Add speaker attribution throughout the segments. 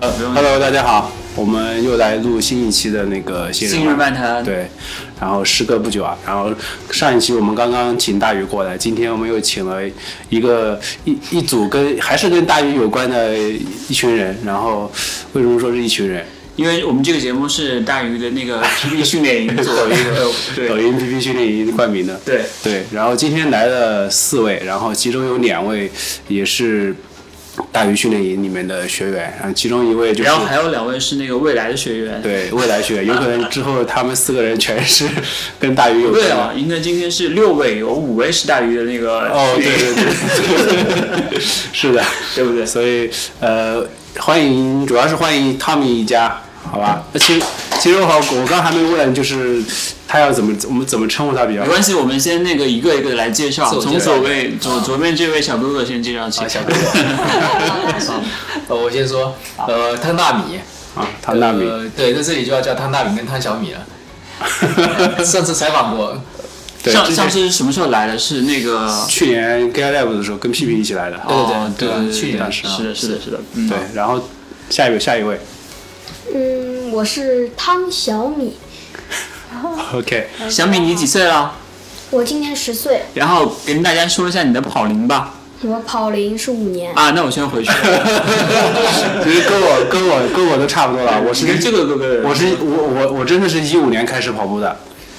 Speaker 1: 呃，不用
Speaker 2: Hello，大家好，我们又来录新一期的那个新
Speaker 1: 今日漫谈，
Speaker 2: 对，然后时隔不久啊，然后上一期我们刚刚请大鱼过来，今天我们又请了一个一一组跟还是跟大鱼有关的一群人，然后为什么说是一群人？
Speaker 1: 因为我们这个节目是大鱼的那个 PB 训练营做的一个，呃
Speaker 2: 抖
Speaker 1: 对
Speaker 2: 音 PP 训练营冠名的，
Speaker 1: 对，
Speaker 2: 对，然后今天来了四位，然后其中有两位也是大鱼训练营里面的学员，然后其中一位就是
Speaker 1: 然后还有两位是那个未来的学员，，
Speaker 2: 对未来学员，有可能之后他们四个人全是跟大鱼有关
Speaker 1: 对
Speaker 2: 的。
Speaker 1: 啊，应该今天是六位，有五位是大鱼的那个
Speaker 2: 哦，对
Speaker 1: 训练营
Speaker 2: 对对，对是的，
Speaker 1: 对不对
Speaker 2: 所以呃，欢迎，主要是欢迎汤米一家，好吧？那其实其实我好，我刚还没问，就是他要怎么我们怎么称呼他比较
Speaker 1: 没
Speaker 2: 好？
Speaker 1: 关系，我们先那个一个一个来介绍，
Speaker 2: 自我介
Speaker 1: 从
Speaker 2: 绍
Speaker 1: 左边左左边这位小哥哥先介绍起。
Speaker 3: 哦小哥呃，我先说，呃，汤大米，
Speaker 2: 啊，汤大米，
Speaker 3: 呃，对，在这里就要叫汤大米跟汤小米了。 上次采访过，
Speaker 2: 对，
Speaker 1: 上
Speaker 2: 之前
Speaker 1: 呃上次是什么时候来的？是那个
Speaker 2: 去年 Gay Lab 的时候跟屁屁一起来的，
Speaker 3: 对对对
Speaker 1: 哦
Speaker 3: 对
Speaker 1: 对
Speaker 3: 去年
Speaker 1: 对
Speaker 3: 当时啊
Speaker 1: 是的是的是的，嗯
Speaker 2: 对，然后下一位下一位
Speaker 4: 嗯，我是汤小米，
Speaker 2: ，OK，
Speaker 1: 小米你几岁了？
Speaker 4: 我今年十岁，
Speaker 1: 然后跟大家说一下你的跑龄吧。
Speaker 4: 我跑龄是五年。
Speaker 1: 啊，那我先回去。
Speaker 2: 其实跟我跟我跟我都差不多了，我是
Speaker 1: 你跟这个哥哥，
Speaker 2: 我是我我我真的是一五年开始跑步的，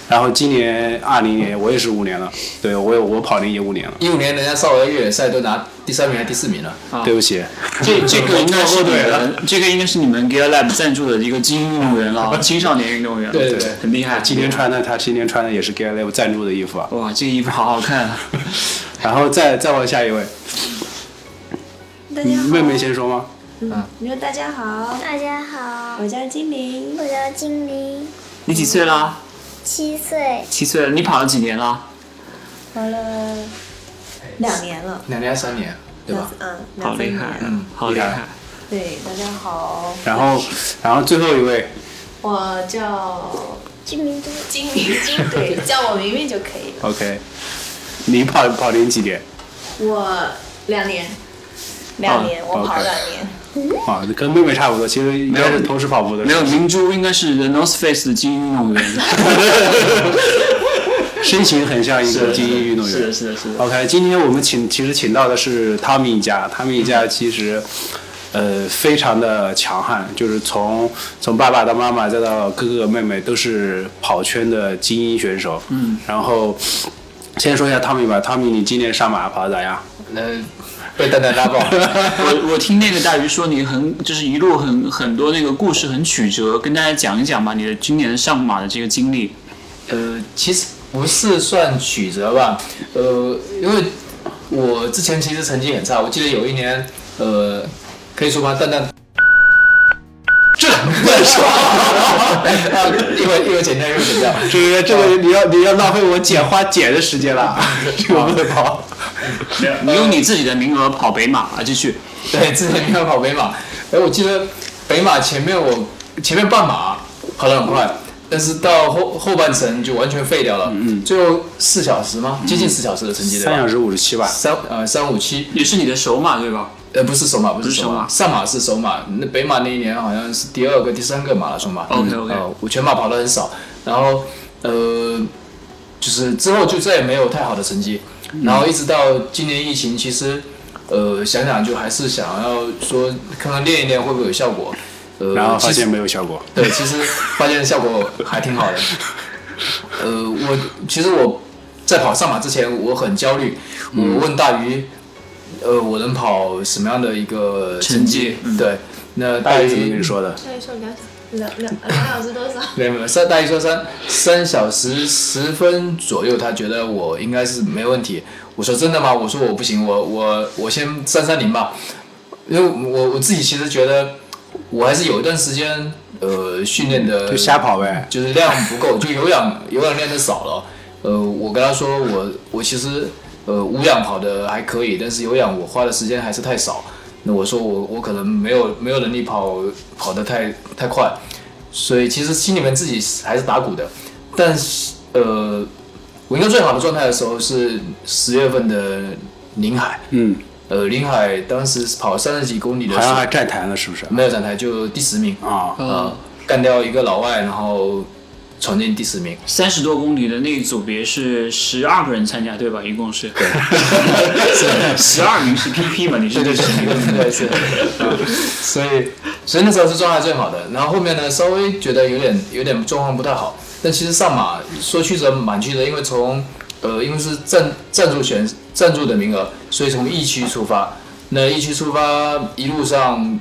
Speaker 2: 然后今年二零年我也是五年了，对我有我跑龄也五年了，
Speaker 3: 一五年人家少儿越野赛都拿第三名还是第四名了。
Speaker 1: 啊
Speaker 2: 对不起，
Speaker 1: 这这个应该是你
Speaker 2: 对
Speaker 1: 们，这个应该是你们 Gear Lab 赞助的一个精英运动员了，青少年运动员，
Speaker 3: 对对对
Speaker 1: 很厉害。
Speaker 2: 今天穿的他今天穿的也是 Gay Lab 赞助的衣服啊，
Speaker 1: 哇，这个衣服好好看啊。
Speaker 2: 然后再再往下一位，
Speaker 5: 大
Speaker 2: 你
Speaker 3: 嗯
Speaker 5: 家好，
Speaker 2: 妹妹先说吗？
Speaker 5: 你说大家好，
Speaker 6: 大家好，
Speaker 5: 我叫金玲，
Speaker 6: 我叫金玲，
Speaker 1: 你几岁了？
Speaker 6: 七岁，
Speaker 1: 七岁了。你跑了几年了？
Speaker 5: 跑了两年了，
Speaker 3: 两年还是三年，对吧？
Speaker 5: 嗯，
Speaker 1: 好
Speaker 5: 两三
Speaker 1: 厉
Speaker 5: 年
Speaker 1: 害
Speaker 5: 了。，
Speaker 1: 好嗯厉害。
Speaker 5: 对，大家好，
Speaker 2: 然后然后最后一位，
Speaker 5: 我叫
Speaker 6: 金明都
Speaker 5: 金 玲，金对，叫我明明就可以了。
Speaker 2: OK，你跑跑龄几年？
Speaker 5: 我两年，两
Speaker 3: 哦
Speaker 5: 年，我跑了两年。
Speaker 2: 啊，跟妹妹差不多，其实应该是同时跑步的。
Speaker 1: 没有，明珠应该是 The North Face 的精英运动员。
Speaker 2: 身形很像一个精英运动员。
Speaker 1: 是的，是的，是的。
Speaker 2: OK，今天我们请其实请到的是汤米一家，汤米一家其实。呃，非常的强悍，就是从从爸爸到妈妈再到哥哥妹妹，都是跑圈的精英选手。嗯，然后先说一下汤米吧，汤米，你今年上马跑的咋样？
Speaker 3: 呃，被蛋蛋拉 爆，
Speaker 1: 我我听那个大鱼说你很就是一路很很多那个故事很曲折，跟大家讲一讲吧，你的今年上马的这个经历。
Speaker 3: 呃，其实不是算曲折吧，呃，因为我之前其实成绩很差，我记得有一年，呃，可以说吗？蛋蛋。 这不能说，啊，一会儿一会儿剪掉，一会儿剪掉。
Speaker 2: 这个这个你要你要浪费我剪花剪的时间 了，这个不能跑。
Speaker 1: 你用你自己的名额跑北马啊，继续。
Speaker 3: 对，之前没有跑北马，哎，我记得北马前面我前面半马跑得很快，但是到后后半程就完全废掉了，嗯，最后四小时吗？接近四小时的成绩对
Speaker 2: 三
Speaker 3: 吧？
Speaker 2: 小时五十七吧，
Speaker 3: 三呃三五七，
Speaker 1: 也是你的首马对吧？
Speaker 3: 呃不是首马，不
Speaker 1: 是
Speaker 3: 是首
Speaker 1: 首马
Speaker 3: 马，上马是首马，那北马那一年好像是第二个、第三个马拉松吧。
Speaker 1: OK，OK
Speaker 3: 呃，我全马跑得很少，然后呃，就是之后就再也没有太好的成绩，然后一直到今年疫情，其实呃想想就还是想要说看看练一练会不会有效果，呃，
Speaker 2: 然后发
Speaker 3: 其实
Speaker 2: 现没有效果。
Speaker 3: 对，其实发现效果还挺好的。呃，我其实我在跑上马之前，我很焦虑。我
Speaker 1: 嗯
Speaker 3: 问大鱼，呃，我能跑什么样的一个
Speaker 1: 成绩嗯
Speaker 3: 对，那
Speaker 2: 大
Speaker 3: 大
Speaker 2: 鱼怎么跟
Speaker 3: 鱼
Speaker 2: 你说的？
Speaker 5: 那你说两两两两小时多少？
Speaker 3: 没有没有，三大鱼说三三小时十分左右，他觉得我应该是没问题。我说真的吗？我说我不行，我我我先三三零吧，因为我我自己其实觉得我还是有一段时间呃训练的
Speaker 2: 就瞎跑呗。
Speaker 3: 就是量不够，就有氧有氧练的少了。呃，我跟他说我我其实呃无氧跑的还可以，但是有氧我花的时间还是太少。那我说我我可能没有没有能力跑跑得太太快，所以其实心里面自己还是打鼓的。但是呃，我应该最好的状态的时候是十月份的宁海，
Speaker 2: 嗯，
Speaker 3: 呃，林海当时跑三十几公里的
Speaker 2: 好
Speaker 3: 时
Speaker 2: 像还
Speaker 3: 候，
Speaker 2: 站台了，是不是？
Speaker 3: 没有站台，就第十名
Speaker 2: 啊，
Speaker 3: 呃，干掉一个老外，然后闯进第十名。
Speaker 1: 三十多公里的那一组别是十二个人参加，对吧？一共是， 十二名是 PP 嘛？你是
Speaker 3: 对对
Speaker 1: 十
Speaker 3: 对对对，是，所以所以那时候是状态最好的。然后后面呢，稍微觉得有点有点状况不太好，但其实上马说曲折蛮曲折，因为从呃因为是赞赞助选赞助的名额，所以从疫区出发。那疫区出发一路上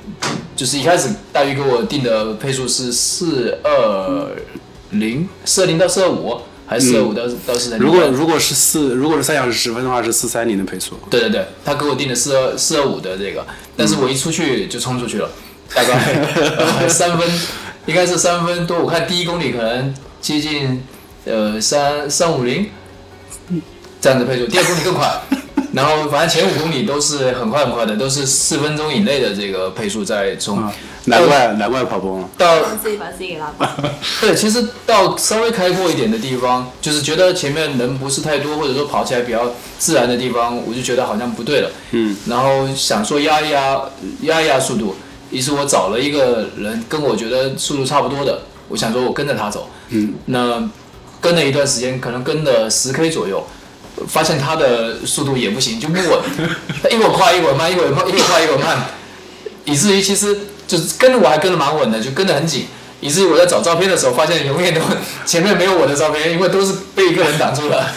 Speaker 3: 就是一开始大鱼给我定的配速是四二零，四二零到四二五。还是四二五到到四三零。
Speaker 2: 如果如果是四，如果是三小时十分的话，是四三零的配速。
Speaker 3: 对对对，他给我定的四二四二五的这个，但是我一出去就冲出去了，大概呃 三分，应该是三分多。我看第一公里可能接近呃三三五零这样子配速，第二公里更快。然后反正前五公里都是很快很快的，都是四分钟以内的这个配速在冲
Speaker 2: 啊，，难怪难怪跑崩了。
Speaker 3: 到
Speaker 5: 自己把自己给拉垮。
Speaker 3: 对，其实到稍微开阔一点的地方，就是觉得前面人不是太多，或者说跑起来比较自然的地方，我就觉得好像不对了。嗯，然后想说压一压压一压速度，于是我找了一个人跟我觉得速度差不多的，我想说我跟着他走。嗯，那跟了一段时间，可能跟了十 K 左右。发现他的速度也不行，就不稳，他一会儿快一会儿慢，一会儿快一会儿快一会儿慢，以至于其实就是跟着我还跟得蛮稳的，就跟得很紧，以至于我在找照片的时候，发现永远都 前面没有我的照片，因为都是被一个人挡住了，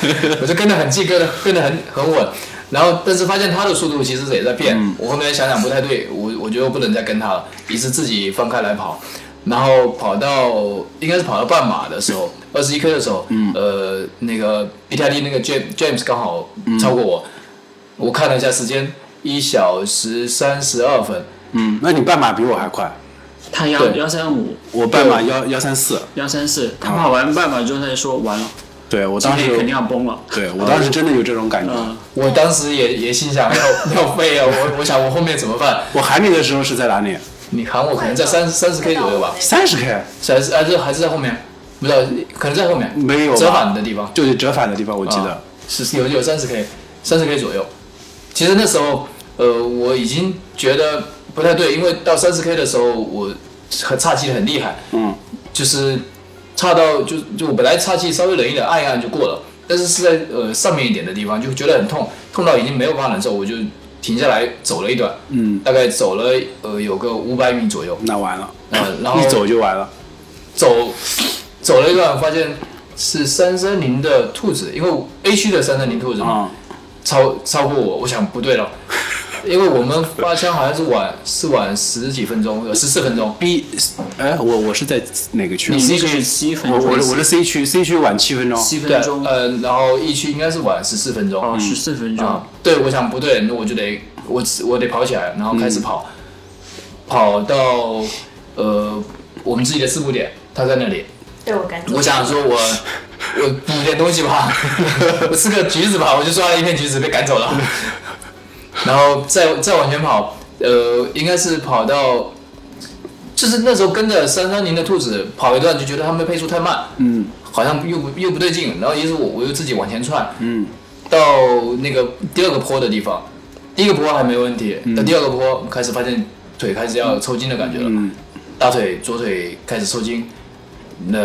Speaker 3: 我就跟得很近，跟得跟得很很稳。然后，但是发现他的速度其实也在变，我后面想想不太对，我我觉得我不能再跟他了，于是自己放开来跑，然后跑到应该是跑到半马的时候，二十一 K 的时候，呃，那个意大利那个 James James 刚好超过我，我看了一下时间，一小时三十二分，
Speaker 2: 嗯，那你半马比我还快，
Speaker 1: 他幺
Speaker 3: 对
Speaker 1: 幺三五
Speaker 2: 我半马幺幺三四。
Speaker 1: 幺三四，他跑完半马之后他就说完了，
Speaker 2: 对我
Speaker 1: 今
Speaker 2: 当
Speaker 1: 天肯定
Speaker 2: 时，
Speaker 1: 要崩了。
Speaker 2: 对我当时真的有这种感觉。
Speaker 1: 嗯，
Speaker 3: 我当时也也心想要要飞啊，我我想我后面怎么办？
Speaker 2: 我喊你的时候是在哪里？
Speaker 3: 你喊我可嗯能在三三十 K 左右吧，
Speaker 2: 三十 K，
Speaker 3: 还是还是还是在后面，不知道可能在后面
Speaker 2: 没有吧
Speaker 3: 折返的地方，
Speaker 2: 就是折返的地方，我记得
Speaker 3: 啊。是有有三十 K，三十 K 左右。其实那时候呃我已经觉得不太对，因为到三十 K 的时候我很岔气的很厉害，
Speaker 2: 嗯，
Speaker 3: 就是差到就就我本来岔气稍微冷一点按一按就过了，但是是在呃上面一点的地方就觉得很痛，痛到已经没有办法忍受，我就停下来走了一段，
Speaker 2: 嗯，
Speaker 3: 大概走了呃有个五百米左右，
Speaker 2: 那完了，
Speaker 3: 呃，然后
Speaker 2: 一走就完了。
Speaker 3: 走走了一段，发现是三三零的兔子，因为 A 区的三三零兔子嘛，
Speaker 2: 啊，
Speaker 3: 超超过我，我想 不对了，因为我们发枪好像是晚是晚十几分钟，十四分钟，
Speaker 2: B，哎，我我是在哪个区？
Speaker 1: 你
Speaker 2: 我
Speaker 1: 那个是七分
Speaker 2: 我
Speaker 1: 钟，
Speaker 2: 我是我是 C 区，C 区晚七分钟。
Speaker 1: 七
Speaker 3: 对
Speaker 1: 分，钟，
Speaker 3: 呃，然后 E 区应该是晚十四分钟，
Speaker 1: 哦，十四分钟
Speaker 3: 啊，，对，我想不对，那我就得我我得跑起来，然后开始
Speaker 1: 嗯
Speaker 3: 跑，跑到呃我们自己的字幕点，他在那里，
Speaker 5: 对我赶紧。
Speaker 3: 我想说我我补点东西吧， 我吃个橘子吧，我就抓了一片橘子被赶走了， 然后再再往前跑，呃，应该是跑到。就是那时候跟着三三零的兔子跑一段，就觉得他们的配速太慢，
Speaker 2: 嗯
Speaker 3: 好像又不又不对劲，然后于是我我又自己往前窜，
Speaker 2: 嗯，
Speaker 3: 到那个第二个坡的地方，第一个坡还没问题，
Speaker 2: 嗯
Speaker 3: 到第二个坡开始发现腿开始要抽筋的感觉了，
Speaker 2: 嗯
Speaker 3: 大腿、左腿开始抽筋，那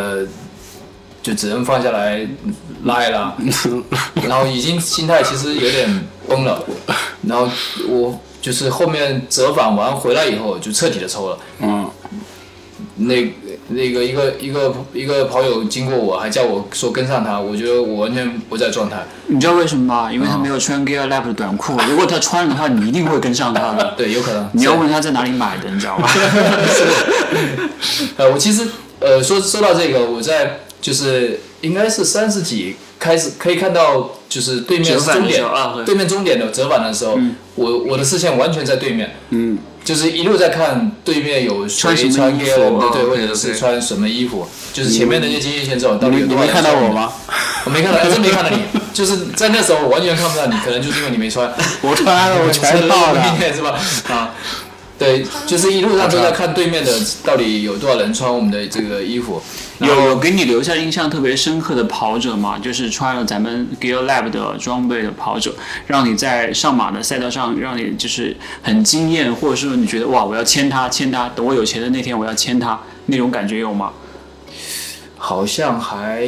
Speaker 3: 就只能放下来拉一拉，然后已经心态其实有点崩了，然后我就是后面折返完回来以后就彻底的抽了。
Speaker 2: 嗯，
Speaker 3: 那那个一个一个一个跑友经过我，还叫我说跟上他，我觉得我完全不在状态。
Speaker 1: 你知道为什么吗？因为他没有穿 Gear Lab 的短裤，如果他穿了的话，你一定会跟上他 的。
Speaker 3: 对，有可能
Speaker 1: 你要问他在哪里买的，你知道吗？
Speaker 3: 呃，我其实呃说说到这个，我在就是应该是三十几开始可以看到，就是对面
Speaker 1: 折
Speaker 3: 是
Speaker 1: 返
Speaker 3: 终
Speaker 1: 的
Speaker 3: 点
Speaker 1: 时候啊对嗯
Speaker 3: 对面终点的折返的时候，我我的视线完全在对面，
Speaker 2: 嗯，
Speaker 3: 就是一路在看对面有谁
Speaker 1: 穿什么
Speaker 3: 穿
Speaker 1: 衣
Speaker 3: K O
Speaker 1: 服
Speaker 3: 的，对，
Speaker 1: 哦
Speaker 3: 或
Speaker 1: 对
Speaker 3: 者
Speaker 1: 对
Speaker 3: 是
Speaker 1: 对嗯
Speaker 3: 穿什么衣服，就是前面的那些经验线之后，到
Speaker 2: 你
Speaker 3: 底有
Speaker 2: 你
Speaker 3: 多少
Speaker 2: 没
Speaker 3: 人
Speaker 2: 看到
Speaker 3: 穿
Speaker 2: 我？吗？
Speaker 3: 我没看到，还真没看到你，就是在那时 候我完全看不到你，可能就是因为你没穿。
Speaker 2: 我穿了，我全套
Speaker 3: 明
Speaker 2: 了。
Speaker 3: 显是吧？啊，对，就是一路上都在看对面的到底有多少人穿我们的这个衣服。然
Speaker 1: 有
Speaker 3: 后
Speaker 1: 有给你留下印象特别深刻的跑者吗？就是穿了咱们 Gear Lab 的装备的跑者，让你在上马的赛道上，让你就是很惊艳，或者说你觉得哇，我要签他，签他，等我有钱的那天我要签他，那种感觉有吗？
Speaker 3: 好像还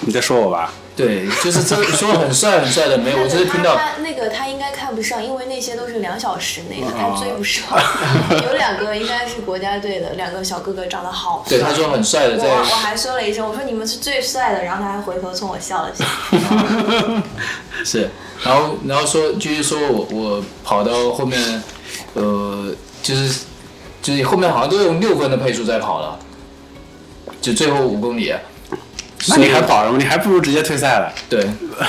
Speaker 2: 你在说我吧？
Speaker 3: 对，就是这说很帅很帅的没有，我只是听到
Speaker 5: 他那个他应该看不上，因为那些都是两小时内的，
Speaker 3: 哦
Speaker 5: 他追 不上。有两个应该是国家队的，两个小哥哥长得好帅。
Speaker 3: 对他说很帅的
Speaker 5: 我
Speaker 3: 在。
Speaker 5: 我还说了一声，我说你们是最帅的，然后他还回头冲我笑了笑。
Speaker 3: 是，然后然后说继续说我我跑到后面，呃，就是就是后面好像都用六分的配速在跑了，就最后五公里，
Speaker 2: 那
Speaker 3: 所以
Speaker 2: 你还跑什么？你还不如直接退赛了。
Speaker 3: 对，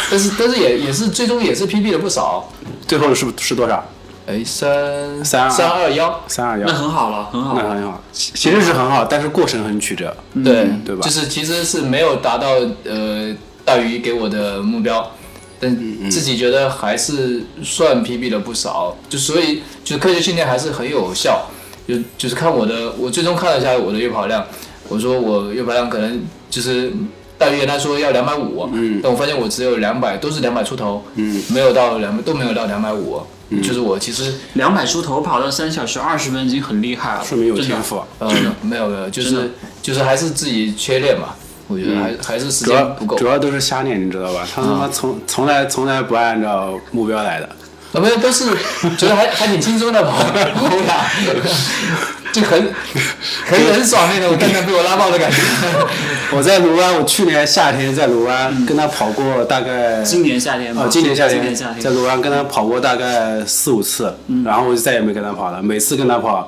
Speaker 3: 但是但是也也是最终也是 PB 了不少，
Speaker 2: 最后是是多少？
Speaker 3: 哎三
Speaker 2: 三二
Speaker 3: 三二哦幺，
Speaker 2: 三二幺
Speaker 1: 那，很好了，很好
Speaker 2: 那
Speaker 1: 了。
Speaker 2: 很好，其其实是很好，但是过程很曲折。
Speaker 3: 对
Speaker 2: 嗯对吧
Speaker 3: 就是其实是没有达到呃大鱼给我的目标，但
Speaker 2: 嗯
Speaker 3: 自己觉得还是算 PB 了不少，就所以就是科学训练还是很有效。就就是看我的，我最终看了一下我的月跑量，我说我月跑量可能就是大鱼原来说要两百五，
Speaker 2: 嗯
Speaker 3: 但我发现我只有两百，都是两百出头，嗯，没有到两百，都没有到两百五，
Speaker 2: 嗯
Speaker 3: 就是我其实
Speaker 1: 两百出头跑到三小时二十分已经很厉害了，
Speaker 2: 说明有
Speaker 1: 真的
Speaker 2: 天赋啊。
Speaker 3: 呃没有没有，就
Speaker 1: 真的
Speaker 3: 是就是还是自己缺练嘛，我觉得还、还是
Speaker 2: 嗯
Speaker 3: 时
Speaker 2: 主要
Speaker 3: 间不够
Speaker 2: 主。要都是瞎练，你知道吧？他他妈
Speaker 1: 嗯
Speaker 2: 从从来从来不按照目标来的。
Speaker 3: 我们呃都是觉得还还挺轻松的 跑跑啦，就很很很爽那种，刚刚被我拉爆的感觉。
Speaker 2: 我在卢湾，我去年夏天在卢湾跟他跑过大概，
Speaker 1: 嗯今年夏天吧
Speaker 2: 啊，今年夏
Speaker 1: 今
Speaker 2: 天
Speaker 1: 年夏天嗯
Speaker 2: 在卢湾跟他跑过大概四五次，然后我就再也没跟他跑了。每次跟他跑，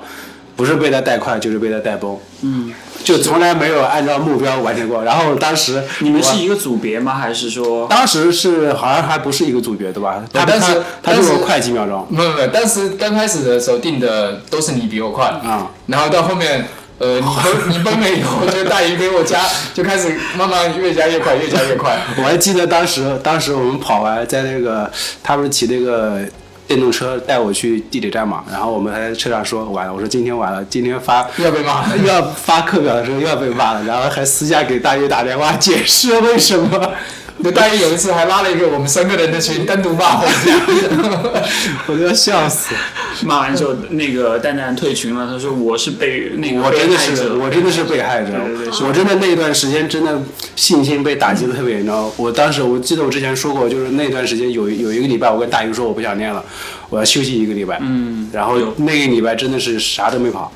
Speaker 2: 不是被他带快，就是被他带崩。嗯，就从来没有按照目标完成过。然后当时
Speaker 1: 你们
Speaker 2: 我
Speaker 1: 是一个组别吗？还是说
Speaker 2: 当时是好像还不是一个主角对吧？他
Speaker 3: 但是
Speaker 2: 他他比
Speaker 3: 但
Speaker 2: 我
Speaker 3: 是
Speaker 2: 快几秒钟。
Speaker 3: 没有没有，当时刚开始的时候定的都是你比我快
Speaker 2: 啊
Speaker 3: 然后到后面。呃，你崩你崩了以后，就大鱼给我加，就开始慢慢越加越快，越加越快。
Speaker 2: 我还记得当时，当时我们跑完，在那个他不是骑那个电动车带我去地铁站嘛，然后我们还在车上说完了，我说今天完了，今天发
Speaker 3: 又要被骂了
Speaker 2: 又要发课表的时候又要被骂了，然后还私下给大鱼打电话解释为什么。
Speaker 3: 那大鱼有一次还拉了一个我们三个人的群单独骂我们俩。
Speaker 2: 我都要笑死！
Speaker 1: 骂完之后那个蛋蛋退群了？他说我是被那个
Speaker 2: 我真的
Speaker 1: 被害
Speaker 2: 是，
Speaker 1: 者
Speaker 2: 我真的是被害者。我真的那段时间真的信心被打击的特别严重。我当时我记得我之前说过，就是那段时间有有一个礼拜，我跟大鱼说我不想练了，我要休息一个礼拜。嗯，然后
Speaker 1: 有嗯
Speaker 2: 那个礼拜真的是啥都没跑，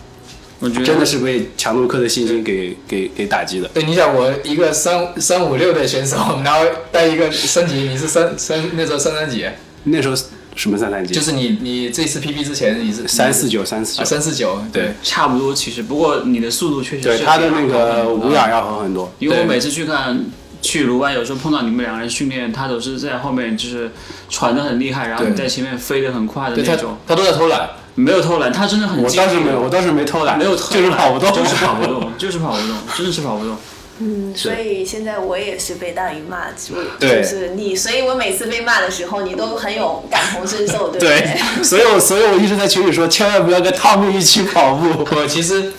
Speaker 1: 我觉得
Speaker 2: 真的是被强度课的信心给给给打击的。
Speaker 3: 对，你想我一个三三五六的选手， 然后带一个升级，你是三三那时候三三几？
Speaker 2: 那时候什么三三级，
Speaker 3: 就是你你这次 PB 之前你是
Speaker 2: 三四九、三四
Speaker 3: 啊
Speaker 2: 九，
Speaker 3: 三四九对。
Speaker 1: 差不多，其实不过你的速度确实
Speaker 2: 对
Speaker 1: 是嗯
Speaker 2: 他
Speaker 1: 比
Speaker 2: 的
Speaker 1: 较
Speaker 2: 那
Speaker 1: 快
Speaker 2: 个
Speaker 1: 的啊
Speaker 2: 无氧要好很多。
Speaker 1: 因为我
Speaker 3: 对
Speaker 1: 每次去看去卢湾，有时候碰到你们两个人训练，他都是在后面就是传的很厉害，然后
Speaker 3: 对
Speaker 1: 你在前面飞得很快的
Speaker 3: 对他
Speaker 1: 那种，
Speaker 3: 他都在偷懒，
Speaker 1: 没有偷懒，他真的很
Speaker 2: 我
Speaker 1: 尽力。
Speaker 2: 当时没有，我当时没偷懒，
Speaker 1: 没有偷懒，
Speaker 2: 就是跑不动，
Speaker 1: 就是跑不动， 就是跑不动，真的是跑不动。
Speaker 5: 嗯，所以现在我也是被大鱼骂，就
Speaker 2: 对
Speaker 5: 就是你，所以我每次被骂的时候，你都很有感同身受，对不对？
Speaker 2: 对，所以我所以我一直在群里说，千万不要跟汤姆一起跑 步。
Speaker 3: 我其实，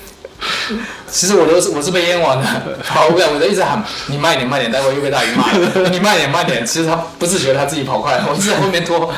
Speaker 3: 其实我都是我是被冤枉的，跑不了，我就一直喊你慢一点，慢一点，待会儿又被大鱼骂，你慢一点，慢一点。其实他不是觉得他自己跑快，我是在后面拖。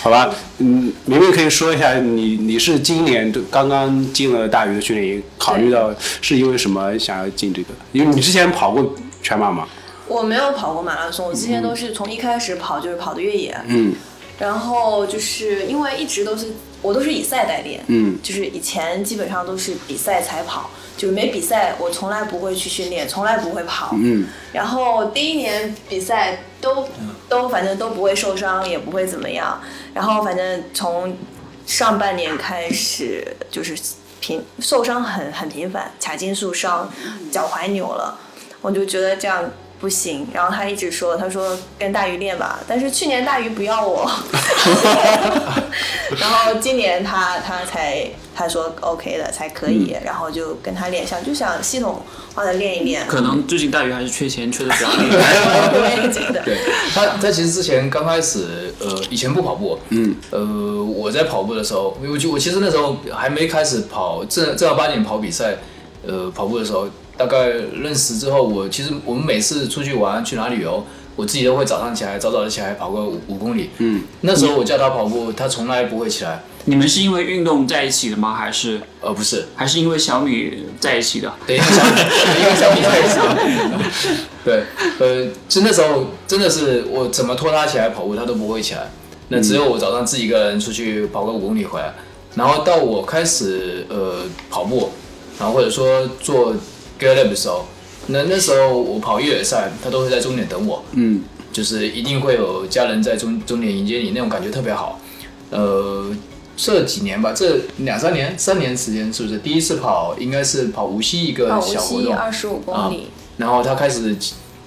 Speaker 2: 好吧，嗯，明明可以说一下，你你是今年就刚刚进了大鱼的训练营，考虑到是因为什么想要进这个？因为你之前跑过全马嘛，
Speaker 5: 我没有跑过马拉松，我之前都是从一开始跑就是跑的越野，
Speaker 2: 嗯，
Speaker 5: 然后就是因为一直都是我都是以赛代练，
Speaker 2: 嗯
Speaker 5: 就是以前基本上都是比赛才跑，就是没比赛我从来不会去训练，从来不会跑，
Speaker 2: 嗯，
Speaker 5: 然后第一年比赛都都反正都不会受伤，也不会怎么样，然后反正从上半年开始就是频受伤很很频繁，髂筋束伤，脚踝扭了，我就觉得这样不行。然后他一直说，他说跟大鱼练吧，但是去年大鱼不要我， 然后今年他他才他说 OK 的才可以，然后就跟他练像，就想系统化的练一练。
Speaker 1: 可能最近大鱼还是缺钱，缺的比较厉 害。
Speaker 5: 对，真的。
Speaker 3: 对他，他其实之前刚开始，呃，以前不跑步，嗯，呃，我在跑步的时候，因为我就我其实那时候还没开始跑正正儿八经跑比赛，呃，跑步的时候，大概认识之后，我其实我们每次出去玩去哪旅游，我自己都会早上起来早早的起来跑个五五公里，嗯，那时候我叫他跑步，他从来不会起来，
Speaker 1: 你们是因为运动在一起的吗？还是
Speaker 3: 呃，不是，
Speaker 1: 还是因为小米在一起的？
Speaker 3: 对，因为 小米，对因为小米太小。对，呃，就那时候真的是我怎么拖他起来跑步，他都不会起来。那只有我早上自己一个人出去跑个五公里回来，然后到我开始呃跑步，然后或者说做 g e t up 的时候，那那时候我跑越野赛，他都会在终点等我。
Speaker 2: 嗯，
Speaker 3: 就是一定会有家人在终终点迎接你，那种感觉特别好。呃，这几年吧，这两三年、三年时间，是不是第一次跑应该是跑无锡一个
Speaker 5: 跑无
Speaker 3: 小活
Speaker 5: 锡
Speaker 3: 动，
Speaker 5: 二十五公里，
Speaker 3: 然后他开始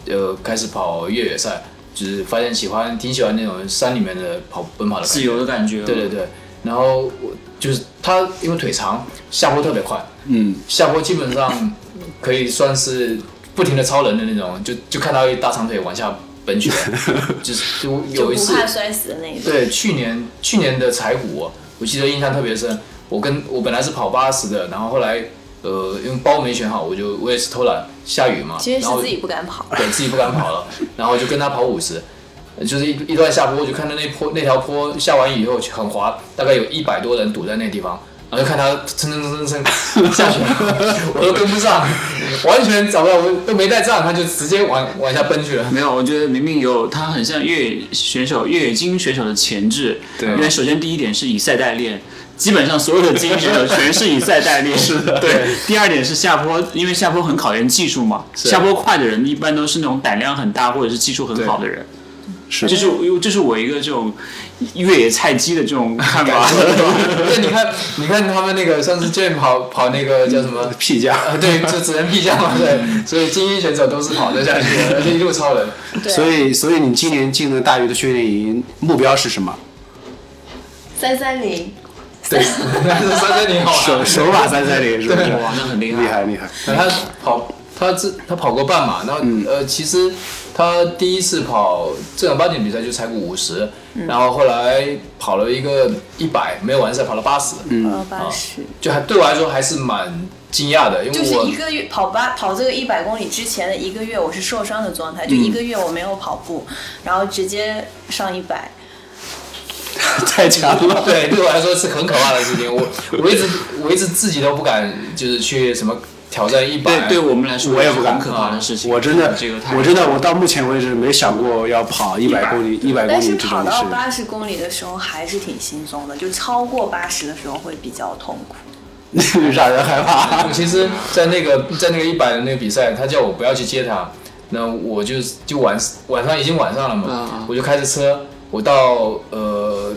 Speaker 3: 呃开始跑越野赛，就是发现喜欢挺喜欢那种山里面的跑奔跑的感觉
Speaker 1: 自由的感觉。
Speaker 3: 对对对，然后我就是他因为腿长，下坡特别快，
Speaker 2: 嗯，
Speaker 3: 下坡基本上可以算是不停的超人的那种，就就看到一大长腿往下 奔去，就是就
Speaker 5: 就
Speaker 3: 有一
Speaker 5: 不
Speaker 3: 次
Speaker 5: 怕摔死的那种。
Speaker 3: 对，去年去年的柴谷，我记得印象特别深。我跟我本来是跑八十的，然后后来呃，因为包没选好，我就我也是偷懒，下雨嘛，
Speaker 5: 其实
Speaker 3: 然
Speaker 5: 是
Speaker 3: 后
Speaker 5: 自己不敢跑，
Speaker 3: 对自己不敢跑了， 然后就跟他跑五十，就是一一段下坡，我就看到那坡那条坡下完雨以后很滑，大概有一百多人堵在那地方，然后就看他蹭蹭蹭蹭蹭下去了，我都跟不上，完全找不到，我都没带杖，他就直接往往下奔去了。
Speaker 1: 没有，我觉得明明有他很像越野选手、越野精英选手的潜质。
Speaker 2: 对
Speaker 1: 因为首先第一点是以赛代练，基本上所有的精英选手全是以赛代 练。是的，对。第二点是下坡，因为下坡很考验技术嘛，下坡快的人一般都是那种胆量很大或者是技术很好的人。
Speaker 2: 是
Speaker 1: 这是我这是我一个这种越野菜鸡的这种看法。
Speaker 3: 对，你看，你看他们那个上次健跑跑那个叫什么？
Speaker 2: 嗯屁价。
Speaker 3: 啊，对，就只能避降嘛，对，所以精英选手都是跑得下去的，而且一路超人。
Speaker 5: 对，
Speaker 2: 所以，所以你今年进的大鱼的训练营目标是什么？
Speaker 5: 三三零，
Speaker 3: 对，但是三三零好
Speaker 2: 手
Speaker 3: 啊，
Speaker 2: 手法三三零是不是？
Speaker 1: 哇，那很厉害。
Speaker 2: 厉害厉害。
Speaker 3: 他跑他这他跑过半马，然后、
Speaker 1: 嗯
Speaker 3: 呃，其实他第一次跑正儿八经比赛就才过五十，
Speaker 1: 嗯
Speaker 3: 然后后来跑了一个一百，没有完赛，跑了八十，
Speaker 1: 嗯
Speaker 5: 呃，八十，
Speaker 3: 就还对我来说还是蛮惊讶的，因为
Speaker 5: 就
Speaker 3: 我
Speaker 5: 是一个月跑八跑这个一百公里之前的一个月，我是受伤的状态，就一个月我没有跑步，然后直接上一百，
Speaker 2: 太强了。
Speaker 3: 对，对我来说是很可怕的事情。我我一直我一直自己都不敢，就是去什么挑战一百。
Speaker 1: 对，对我们来说
Speaker 2: 我也不敢
Speaker 1: 很可怕的事情。
Speaker 2: 我真的
Speaker 1: 这个，太
Speaker 2: 我真的，我到目前为止没想过要跑一百公里、一百公
Speaker 5: 但
Speaker 2: 里
Speaker 5: 是
Speaker 2: 这
Speaker 5: 跑
Speaker 2: 种
Speaker 5: 到
Speaker 2: 事。
Speaker 5: 八十公里的时候还是挺轻松的，就超过八十的时候会比较痛苦。
Speaker 2: 让人害怕。
Speaker 3: 其实，在那个在那个一百的那个比赛，他叫我不要去接他，那我就就晚晚上已经晚上了嘛，
Speaker 1: 嗯嗯
Speaker 3: 我就开着车，我到呃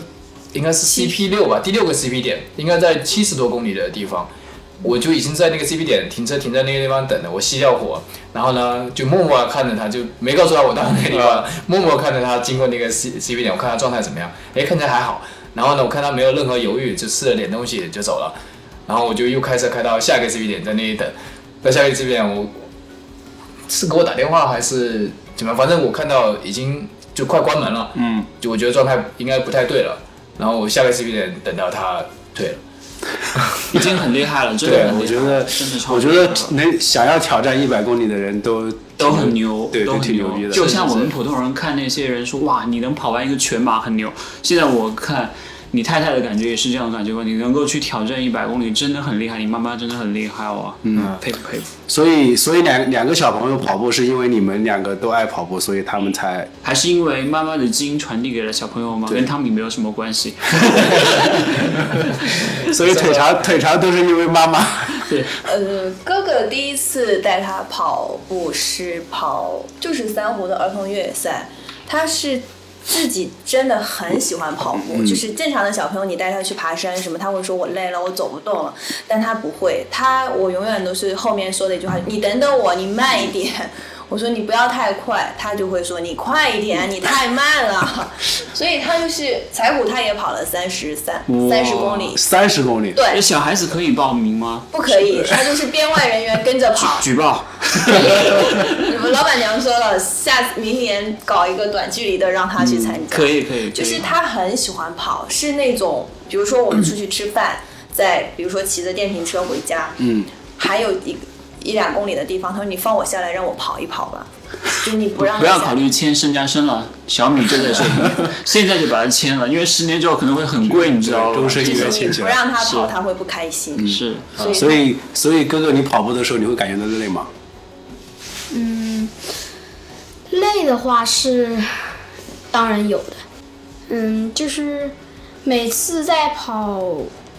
Speaker 3: 应该是 CP 六吧，第六个 CP 点，应该在七十多公里的地方。我就已经在那个 CP 点停车，停在那个地方等了。我熄掉火，然后呢，就默默地看着他，就没告诉他我到那个地方，默默地看着他经过那个 C CP 点，我看他状态怎么样。哎，看起来还好。然后呢，我看他没有任何犹豫，就吃了点东西就走了。然后我就又开车开到下一个 CP 点，在那里等。在下一个 CP 点，我是给我打电话还是怎么样？反正我看到已经就快关门了，
Speaker 1: 嗯，
Speaker 3: 就我觉得状态应该不太对了。然后我下个 CP 点等到他退了。
Speaker 1: 已经很厉害了，真
Speaker 2: 对
Speaker 1: 的，很厉害
Speaker 2: 我觉得
Speaker 1: 真的，超
Speaker 2: 我觉
Speaker 1: 厉
Speaker 2: 得
Speaker 1: 害了
Speaker 2: 能想要挑战一百公里的人都
Speaker 1: 都很牛，
Speaker 2: 对，
Speaker 1: 都
Speaker 2: 都
Speaker 1: 很
Speaker 2: 挺牛逼的。
Speaker 1: 就像我
Speaker 3: 是
Speaker 1: 们
Speaker 3: 是
Speaker 1: 普通人看那些人说，哇，你能跑完一个全马很牛。现在我看你太太的感觉也是这样的感觉吧？你能够去挑战一百公里，真的很厉害。你妈妈真的很厉害哦，嗯，佩服佩服。
Speaker 2: 所以，所以两两个小朋友跑步是因为你们两个都爱跑步，所以他们才
Speaker 1: 还是因为妈妈的基因传递给了小朋友吗？跟汤米没有什么关系。
Speaker 2: 所以腿长腿长都是因为妈妈。
Speaker 5: 呃，哥哥第一次带他跑步是跑就是三湖的儿童越野赛，他是自己真的很喜欢跑步，就是正常的小朋友你带他去爬山什么，他会说我累了，我走不动了，但他不会，他我永远都是后面说的一句话，你等等我，你慢一点。我说你不要太快，他就会说你快一点，你太慢了。 所以他就是柴虎，他也跑了三十三三十公里，
Speaker 2: 三十公里，
Speaker 1: 那
Speaker 5: 对，
Speaker 1: 小孩子可以报名吗？
Speaker 5: 不可以，他就是 编外人员跟着跑。
Speaker 1: 举报。
Speaker 5: 我们老板娘说了，下次明年搞一个短距离的让他去参加。
Speaker 1: 嗯可以可以，
Speaker 5: 就
Speaker 1: 可以
Speaker 5: 是他很喜欢跑，是那种比如说我们出去吃饭，在比如说骑着电瓶车回家，
Speaker 2: 嗯，
Speaker 5: 还有一一两公里的地方，他说你放我下来，让我跑一跑 吧，就你不让
Speaker 1: 不要
Speaker 5: 他下
Speaker 1: 考虑签身家生了，小米就在这 里，现在就把它签了，因为十年之后可能会很贵，你知道吗？
Speaker 2: 终身
Speaker 5: 就
Speaker 2: 一
Speaker 5: 是
Speaker 2: 约
Speaker 5: 你
Speaker 2: 签起
Speaker 5: 不
Speaker 2: 来。
Speaker 5: 让他跑，
Speaker 1: 是嗯
Speaker 5: 他会不开心。
Speaker 1: 是
Speaker 5: 所以
Speaker 2: 所以，所以哥哥，你跑步的时候，你会感觉到累吗？
Speaker 4: 嗯，累的话是当然有的，嗯，就是每次在跑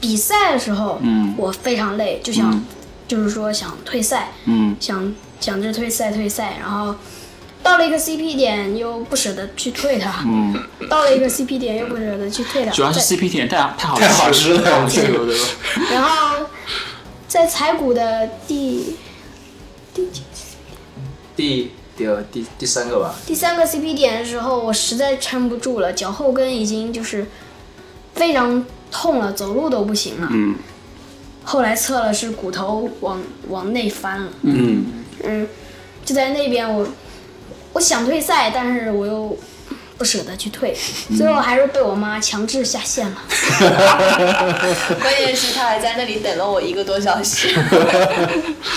Speaker 4: 比赛的时候，
Speaker 1: 嗯
Speaker 4: 我非常累，就想、就是说想退赛，
Speaker 1: 嗯
Speaker 4: 想想着退赛退赛，然后到了一个 CP 点又不舍得去退它，
Speaker 1: 嗯，
Speaker 4: 到了一个 CP 点又不舍得去退它，
Speaker 1: 主要是
Speaker 4: 再
Speaker 1: CP 点太太好
Speaker 2: 太好吃了
Speaker 1: 太好吃了，对吧？
Speaker 4: 然后在踩谷的第
Speaker 3: 第第二第第三个吧，
Speaker 4: 第三个 CP 点的时候，我实在撑不住了，脚后跟已经就是非常痛了，走路都不行了。
Speaker 2: 嗯
Speaker 4: 后来测了是骨头往往内翻了，
Speaker 2: 嗯，
Speaker 4: 嗯，就在那边我我想退赛，但是我又不舍得去退，
Speaker 2: 嗯
Speaker 4: 最后还是被我妈强制下线了。
Speaker 5: 关键是他还在那里等了我一个多 小时，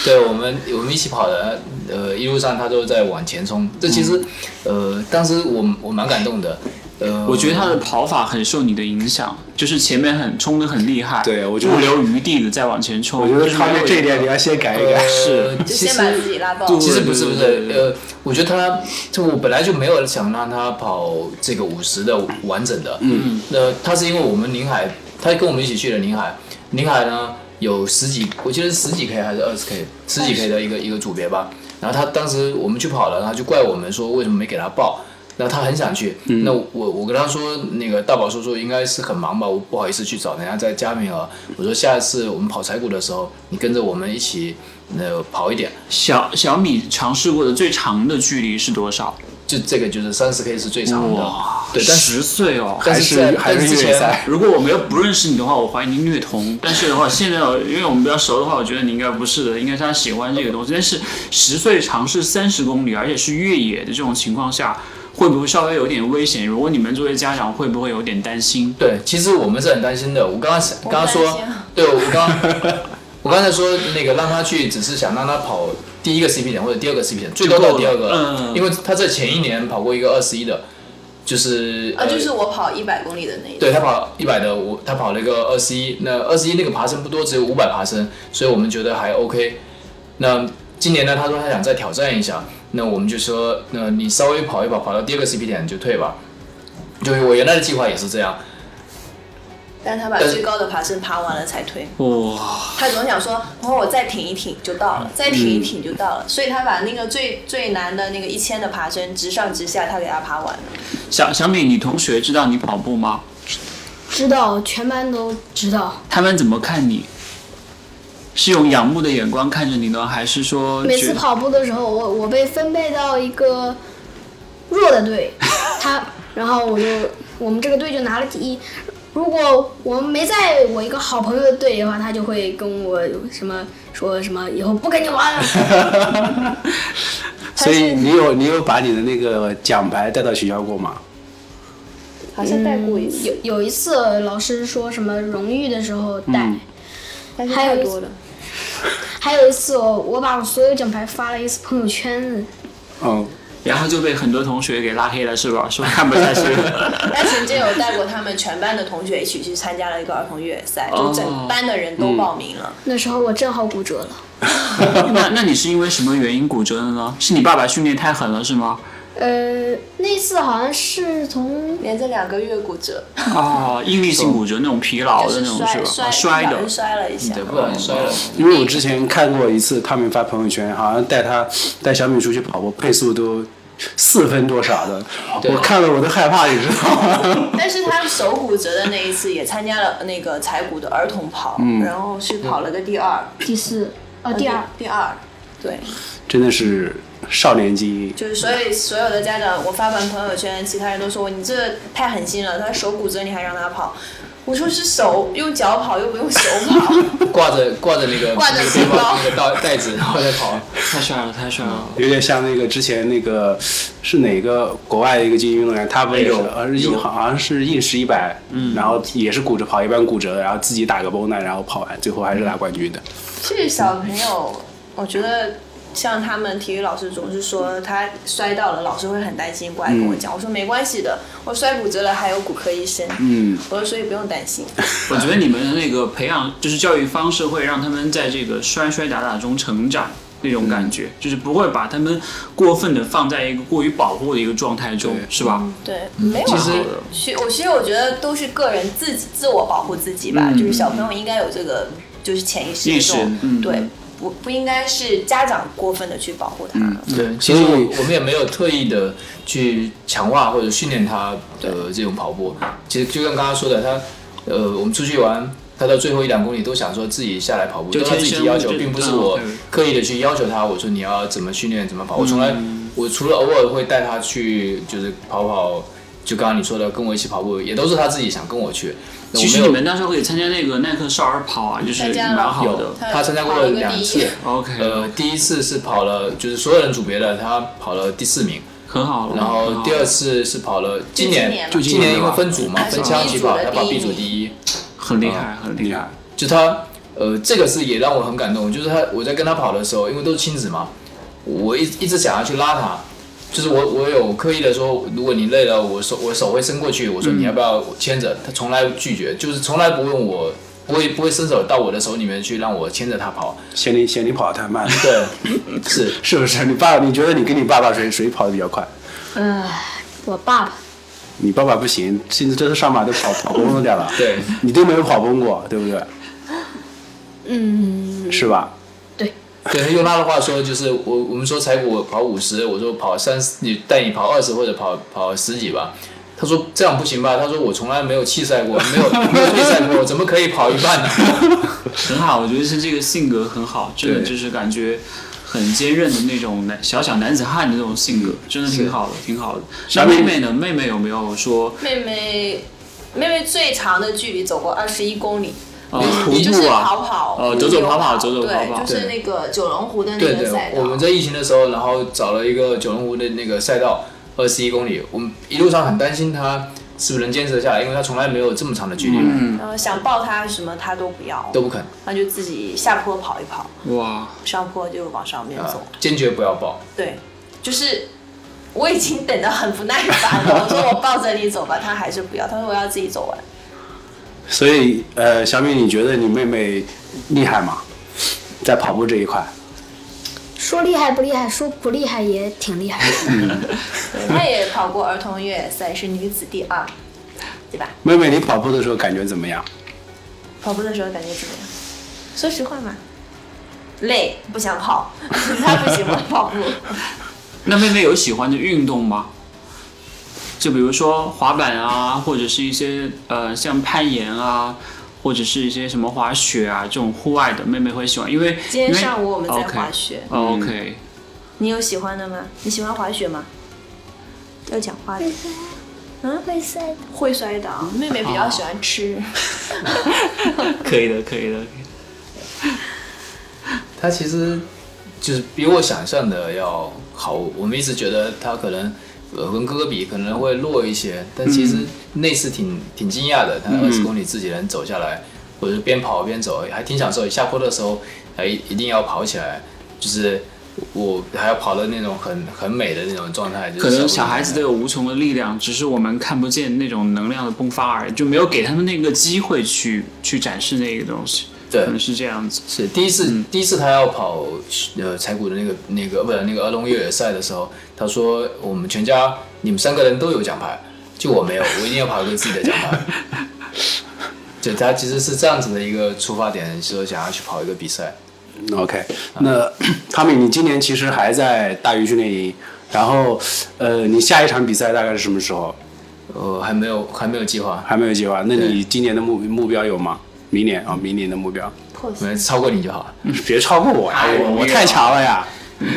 Speaker 3: 对我们我们一起跑的，呃，一路上他都在往前冲。这其实，呃，当时我我蛮感动的，呃，
Speaker 1: 我觉得他的跑法很受你的影响，就是前面很冲的很厉害，
Speaker 2: 对我觉得
Speaker 1: 不留余地的再往前冲。
Speaker 2: 我觉得
Speaker 1: 就是
Speaker 2: 他
Speaker 1: 没有
Speaker 2: 们这一点你要先改一改。
Speaker 1: 是
Speaker 3: 呃，
Speaker 5: 就
Speaker 3: 其
Speaker 5: 先
Speaker 3: 实
Speaker 5: 把自己拉爆。
Speaker 3: 其实不是不
Speaker 1: 对对
Speaker 3: 是
Speaker 1: 对，对
Speaker 3: 呃，我觉得他，就我本来就没有想让他跑这个五十的完整的，嗯，那他是因为我们宁海，他跟我们一起去了宁海，宁海呢有十几，我记得是十几 K 还是二十 K，十几 K 的一个一个组别吧。然后他当时我们去跑了，然后就怪我们说为什么没给他报。那他很想去，
Speaker 1: 嗯
Speaker 3: 那我我跟他说，那个大宝叔叔应该是很忙吧，我不好意思去找人家在加冕额。我说下次我们跑柴谷的时候，你跟着我们一起，呃，跑一点。
Speaker 1: 小小米尝试过的最长的距离是多少？
Speaker 3: 就这个就是三十 K 是最长的
Speaker 1: 哇，，
Speaker 3: 对，但是
Speaker 1: 十岁哦，
Speaker 3: 但
Speaker 2: 还
Speaker 3: 是
Speaker 2: 是
Speaker 3: 在
Speaker 2: 还
Speaker 3: 但
Speaker 2: 是
Speaker 3: 是之
Speaker 2: 越野赛
Speaker 3: 前，
Speaker 1: 如果我没有不认识你的话，我怀疑你虐童。但是的话，现在哦因为我们比较熟的话，我觉得你应该不是的，应该是他喜欢这个东西。但是十岁尝试三十公里，而且是越野的这种情况下，会不会稍微有点危险？如果你们作为家长，会不会有点担心？
Speaker 3: 对，其实我们是很担心的。我刚刚
Speaker 5: 我
Speaker 3: 刚刚
Speaker 5: 担
Speaker 3: 说
Speaker 5: 心啊，
Speaker 3: 对我刚 我刚才说那个让他去，只是想让他跑第一个 CP 点或者第二个 CP 点，最多
Speaker 1: 够
Speaker 3: 到
Speaker 1: 了
Speaker 3: 第二个
Speaker 1: 嗯
Speaker 3: 了，因为他在前一年跑过一个二十一的，就是
Speaker 5: 啊，
Speaker 3: 呃
Speaker 5: 就是我跑一百公里的那一
Speaker 3: 对他跑一百的，我他跑了一个二十一，那二十一那个爬升不多，只有五百爬升，所以我们觉得还 OK。那今年呢，他说他想再挑战一下，那我们就说，那你稍微跑一跑，跑到第二个 CP 点就退吧。就是我原来的计划也是这样，
Speaker 5: 但他把
Speaker 3: 但是
Speaker 5: 最高的爬升爬完了才退。
Speaker 1: 哇，
Speaker 5: 他总想说，然后我再挺一挺就到
Speaker 1: 嗯
Speaker 5: 了，再挺一挺就到了，所以他把那个最最难的那个一千的爬升，直上直下，他给他爬完了。
Speaker 1: 小小米，你同学知道你跑步吗？
Speaker 4: 知道，全班都知道。
Speaker 1: 他们怎么看你？是用仰慕的眼光看着你呢，还是说
Speaker 4: 每
Speaker 1: 觉
Speaker 4: 次
Speaker 1: 得
Speaker 4: 跑步的时候，我我被分配到一个弱的队，他，然后我就我们这个队就拿了第一。如果我没在我一个好朋友的队里的话，他就会跟我什么说什么以后不跟你玩了。
Speaker 2: 所以你有你有把你的那个奖牌带到学校过吗？
Speaker 5: 好像带过一
Speaker 4: 有，有一次老师说什么荣誉的时候带，
Speaker 5: 但是
Speaker 4: 还有
Speaker 5: 太
Speaker 4: 一
Speaker 5: 多了。
Speaker 4: 还有一次我我把我所有奖牌发了一次朋友圈，
Speaker 2: 嗯，
Speaker 1: 然后就被很多同学给拉黑了，是吧？说看不下去 了。
Speaker 5: 但曾经有带过他们全班的同学一起去参加了一个儿童越野赛，
Speaker 1: 哦嗯
Speaker 5: 就整班的人都报名了。
Speaker 4: 那时候我正好骨折了，
Speaker 1: 那那你是因为什么原因骨折的呢？是你爸爸训练太狠了是吗？
Speaker 4: 呃，那次好像是从
Speaker 5: 连着两个月骨折，
Speaker 1: 哦，应力性骨折那种疲劳
Speaker 5: 嗯就
Speaker 1: 的
Speaker 5: 是
Speaker 1: 那种
Speaker 5: 摔
Speaker 1: 吧？
Speaker 5: 摔
Speaker 1: 啊摔
Speaker 5: 不小
Speaker 1: 的嗯
Speaker 5: 心，摔了一下
Speaker 3: 对，。不然摔了。
Speaker 2: 因为我之前看过一次他们发朋友圈，好像带他带小米出去跑步，配速都四分多少的，
Speaker 3: 对
Speaker 2: 我看了我都害怕，你知道吗？
Speaker 5: 但是他手骨折的那一次也参加了那个柴谷的儿童跑，
Speaker 1: 嗯
Speaker 5: 然后是跑了个第二，
Speaker 4: 哦第四，呃，第二，
Speaker 5: 第二，对，
Speaker 2: 真的是少年基因。
Speaker 5: 就是所以所有的家长，我发完朋友圈，其他人都说我你这太狠心了，他手骨折你还让他跑。我说是手用脚跑，又不用手跑。
Speaker 3: 挂着挂着那个
Speaker 5: 挂着
Speaker 3: 那个
Speaker 5: 书
Speaker 3: 背包
Speaker 5: 包
Speaker 3: 那个袋袋子，然后再跑。
Speaker 1: 太帅了，太帅了！
Speaker 2: 有点像那个之前那个是哪个国外的一个精英运动员，他不是
Speaker 1: 哎有
Speaker 2: 呃是硬
Speaker 1: 有嗯
Speaker 2: 好像是硬十一百，然后也是骨折跑一半骨折的，然后自己打个 b o 然后跑完，最后还是拿冠军的。
Speaker 5: 这小朋友，我觉得像他们体育老师总是说他摔到了，老师会很担心，过来跟我
Speaker 1: 嗯
Speaker 5: 讲。我说没关系的，我摔骨折了，还有骨科医生。
Speaker 2: 嗯，
Speaker 5: 我说所以不用 担心。
Speaker 1: 我觉得你们的那个培养，就是教育方式，会让他们在这个摔摔打打中成长那种感
Speaker 3: 嗯
Speaker 1: 觉，就是不会把他们过分的放在一个过于保护的一个状态中，
Speaker 2: 对
Speaker 1: 是
Speaker 3: 嗯
Speaker 1: 吧？
Speaker 5: 对，没有
Speaker 1: 其
Speaker 5: 好
Speaker 1: 实
Speaker 5: 的。其我其实我觉得都是个人自己自我保护自己吧，
Speaker 1: 嗯
Speaker 5: 就是小朋友应该有这个就是潜意识
Speaker 1: 意
Speaker 5: 这
Speaker 1: 识
Speaker 5: 种，
Speaker 1: 嗯
Speaker 5: 对，不不应该是家长过分的去保护他。
Speaker 3: 对，其
Speaker 2: 所
Speaker 3: 实
Speaker 2: 以
Speaker 3: 我我们也没有特意的去强化或者训练他的这种跑步。其实就像刚刚说的，他呃，我们出去玩，他到最后一两公里都想说自己下来跑步，
Speaker 1: 就
Speaker 3: 都他自己
Speaker 1: 天
Speaker 3: 提
Speaker 1: 生
Speaker 3: 要求，
Speaker 1: 就
Speaker 3: 并不是我
Speaker 1: 嗯对
Speaker 3: 刻意的去要求他。我说你要怎么训练，怎么跑。我从来
Speaker 1: 嗯
Speaker 3: 我除了偶尔会带他去就是跑跑，就刚刚你说的跟我一起跑步，也都是他自己想跟我去。那我
Speaker 1: 其
Speaker 3: 没
Speaker 1: 实
Speaker 3: 有
Speaker 1: 你们当时可以参加那个耐克少儿跑啊，就是
Speaker 5: 参加了
Speaker 1: 蛮好的
Speaker 3: 有。他参加过两次。
Speaker 1: OK，、
Speaker 3: 呃，第一次是跑了，就是所有人组别的，他跑了第四名。
Speaker 1: 很好了。
Speaker 3: 然
Speaker 1: 很
Speaker 3: 后
Speaker 1: 好
Speaker 3: 第二次是跑了，今
Speaker 5: 今年
Speaker 3: 年
Speaker 5: 嘛
Speaker 3: 就今
Speaker 2: 今年
Speaker 3: 年因为
Speaker 2: 吧
Speaker 3: 分组嘛，
Speaker 5: 他是
Speaker 3: 分枪
Speaker 5: 第一
Speaker 3: 起
Speaker 5: 组
Speaker 3: 跑，
Speaker 5: 的
Speaker 3: 他跑
Speaker 5: 第一
Speaker 3: B 组
Speaker 5: 名
Speaker 3: 第一，
Speaker 1: 很厉
Speaker 3: 嗯
Speaker 1: 害，很厉
Speaker 2: 厉
Speaker 1: 害
Speaker 2: 害。，
Speaker 3: 就他，呃，这个是也让我很感动，就是他我在跟他跑的时候，因为都是亲子嘛，我一一直想要去拉他，就是我我有刻意的说，如果你累了，我手我手会伸过去，我说你要不要我牵着，他从来拒绝，就是从来不问我，不会不会伸手到我的手里面去让我牵着他跑，
Speaker 2: 嫌你嫌你跑得太慢，
Speaker 3: 对，是
Speaker 2: 是不是？你爸，你觉得你跟你爸爸谁谁跑得比较快？
Speaker 4: 呃我爸爸，
Speaker 2: 你爸爸不行，甚至这次上马都跑跑崩了点 了。
Speaker 3: 对，
Speaker 2: 你都没有跑崩过，对不对？嗯，是吧？
Speaker 3: 对，用他的话说，就是我我们说柴谷跑五十，我说跑三十，你带你跑二十或者跑跑十几吧。他说这样不行吧？他说我从来没有弃赛过，没有 没有退赛过，我怎么可以跑一半 呢？
Speaker 1: 很好，我觉得是这个性格很好，真的
Speaker 3: 对
Speaker 1: 就是感觉很坚韧的那种男小小男子汉的那种性格，真的挺好的，挺好的。那
Speaker 2: 小妹
Speaker 1: 妹妹呢？妹妹有没有说
Speaker 5: 妹妹，妹妹最长的距离走过二十一公里，
Speaker 1: 呃徒
Speaker 5: 就是
Speaker 1: 步啊？
Speaker 5: 跑跑，
Speaker 1: 呃
Speaker 5: 徒
Speaker 1: 走走
Speaker 5: 游
Speaker 1: 跑跑走走跑跑
Speaker 5: 对，就是
Speaker 3: 对
Speaker 5: 那个九龙湖的那
Speaker 3: 对
Speaker 5: 个
Speaker 3: 对
Speaker 5: 赛，道。
Speaker 3: 我们在疫情的时候，然后找了一个九龙湖的那个赛道，二十一公里。我们一路上很担心他是不是能坚持得下来，因为他从来没有这么长的距离，
Speaker 5: 然后呃想抱她什么她都不要，
Speaker 3: 都不肯，
Speaker 5: 那就自己下坡跑一跑，
Speaker 1: 哇，
Speaker 5: 上坡就往上面
Speaker 3: 啊
Speaker 5: 走。
Speaker 3: 坚决不要报。
Speaker 5: 对，就是我已经等得很不耐烦了，我说我抱着你走吧，他还是不要，他说我要自己走完。
Speaker 2: 所以，呃，小米，你觉得你妹妹厉害吗？在跑步这一块，
Speaker 4: 说厉害不厉害，说不厉害也挺厉害的。
Speaker 5: 对 他也跑过儿童越野赛，是女子第二，对吧？
Speaker 2: 妹妹，你跑步的时候感觉怎么样？
Speaker 5: 跑步的时候感觉怎么样？说实话嘛，累，不想跑， 他不喜欢跑步。
Speaker 1: 那妹妹有喜欢的运动吗？就比如说滑板啊，或者是一些呃像攀岩啊，或者是一些什么滑雪啊这种户外的，妹妹会喜欢，因为
Speaker 5: 今天
Speaker 1: 因为哦
Speaker 5: 上午我们在滑雪
Speaker 1: OK, OK，、
Speaker 5: 你有喜欢的吗？你喜欢滑雪吗？要讲话的，
Speaker 4: 嗯
Speaker 6: 会摔的。
Speaker 5: 会摔倒。妹妹比较喜欢吃，
Speaker 1: 可以的，可以的。
Speaker 3: 他其实就是比我想象的要好。我们一直觉得他可能呃跟哥哥比可能会弱一些，但其实
Speaker 1: 嗯
Speaker 3: 那次挺挺惊讶的，他二十公里自己能走下来，或者是边跑边走，还挺享受。下坡的时候还一定要跑起来，就是。我还要跑到那种很很美的那种状态，就是
Speaker 1: 可能
Speaker 3: 坡
Speaker 1: 小孩子都有无穷的力量，只是我们看不见那种能量的迸发而已，就没有给他们那个机会去去展示那个东西，
Speaker 3: 对
Speaker 1: 可能是这样子。
Speaker 3: 是第一次，
Speaker 1: 嗯
Speaker 3: 第一次他要跑呃柴谷的那个那个不是那个儿童越野赛的时候，他说我们全家你们三个人都有奖牌，就我没有，我一定要跑一个自己的奖牌。 对，他其实是这样子的一个出发点，说想要去跑一个比赛。
Speaker 2: OK，那 汤米，你今年其实还在大鱼训练营，然后呃，你下一场比赛大概是什么时候？
Speaker 3: 呃，还没有还没有计划，
Speaker 2: 还没有计划。那你今年的目目标有吗？明年啊、明年的目标，
Speaker 3: 我们超过你就好。
Speaker 2: 嗯别超过我呀，
Speaker 1: 哎
Speaker 2: 我
Speaker 1: 我
Speaker 2: 我太强了呀！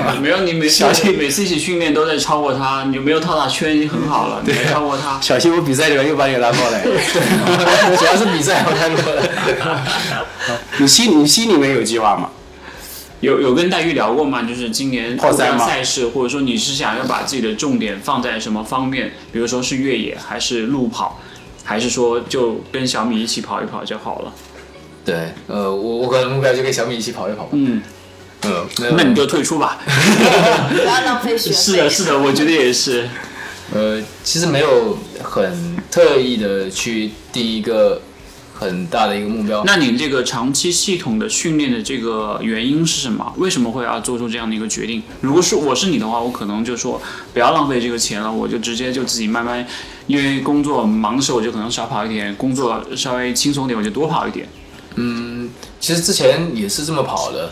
Speaker 1: 啊没有你每次
Speaker 2: 小心
Speaker 1: 每次一起训练都在超过他，你没有套他圈已经很好了，你没超过他。
Speaker 2: 小心我比赛里面又把你拉过 来。
Speaker 3: 主要是比赛我太多了。
Speaker 2: 你心你心里面有计划吗？
Speaker 1: 有有跟黛玉聊过吗？就是今年
Speaker 2: 破三吗
Speaker 1: 赛事，或者说你是想要把自己的重点放在什么方面？比如说是越野，还是路跑，还是说就跟小米一起跑一跑就好了？
Speaker 3: 对，呃，我我可能目标就跟小米一起跑一跑吧。
Speaker 1: 嗯，
Speaker 3: 嗯，
Speaker 1: 那你就退出吧。
Speaker 5: 不要浪费学 费。
Speaker 1: 是的，是的，我觉得也是。
Speaker 3: 呃，其实没有很特意的去定一个很大的一个目标。
Speaker 1: 那你这个长期系统的训练的这个原因是什么？为什么会要做出这样的一个决定？如果是我是你的话，我可能就说不要浪费这个钱了，我就直接就自己慢慢，因为工作忙的时候我就可能少跑一点，工作稍微轻松点我就多跑一点。
Speaker 3: 其实之前也是这么跑的，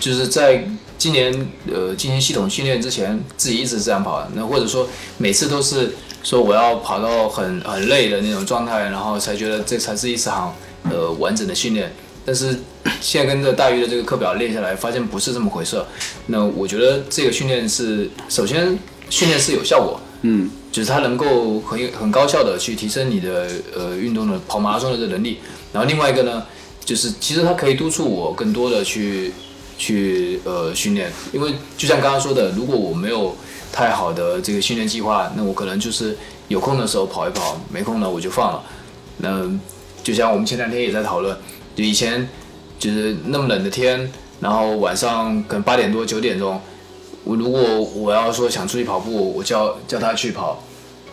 Speaker 3: 就是在今年呃进行系统训练之前，自己一直这样跑的。那或者说每次都是说我要跑到很很累的那种状态，然后才觉得这才是一场呃完整的训练。但是现在跟着大鱼的这个课表练下来，发现不是这么回事儿。那我觉得这个训练是首先训练是有效果，
Speaker 2: 嗯，
Speaker 3: 就是它能够很有很高效的去提升你的呃运动的跑马拉松的这能力。然后另外一个呢，就是其实它可以督促我更多的去去呃训练，因为就像刚刚说的，如果我没有太好的这个训练计划，那我可能就是有空的时候跑一跑，没空呢我就放了。那就像我们前两天也在讨论，就以前就是那么冷的天，然后晚上可能八点多九点钟，我如果我要说想出去跑步，我叫叫他去跑，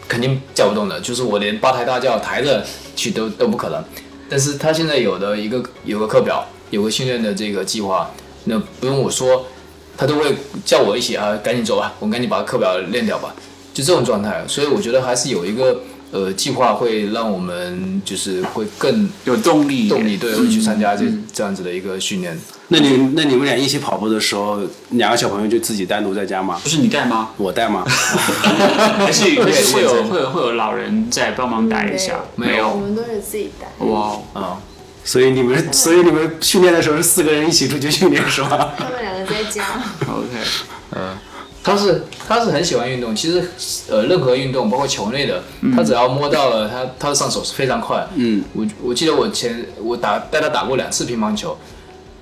Speaker 3: 肯定叫不动的，就是我连八抬大轿抬着去都都不可能。但是他现在有的一个有个课表，有个训练的这个计划，那不用我说，他都会叫我一起啊，赶紧走吧，我们赶紧把课表练掉吧，就这种状态。所以我觉得还是有一个呃计划，会让我们就是会更
Speaker 1: 有动力一点，
Speaker 3: 动力，对，会去参加这、这样子的一个训练。
Speaker 2: 那你那你们俩一起跑步的时候，两个小朋友就自己单独在家吗？
Speaker 1: 不是你带吗？
Speaker 2: 我带 吗？
Speaker 1: 还是还是会
Speaker 3: 对
Speaker 1: 有
Speaker 3: 对
Speaker 1: 会有会有老人在帮忙带一下？
Speaker 3: 没有
Speaker 5: 我们都是自己带。
Speaker 1: 哇，
Speaker 3: 啊、
Speaker 2: 所以你们所以你们训练的时候是四个人一起出去训练是吧？
Speaker 5: 他们两个在家，
Speaker 1: ，OK，
Speaker 3: 他是他是很喜欢运动，其实呃，任何运动，包括球类的，
Speaker 1: 嗯
Speaker 3: 他只要摸到了，他他的上手是非常快。
Speaker 2: 嗯，
Speaker 3: 我我记得我前我打带他打过两次乒乓球，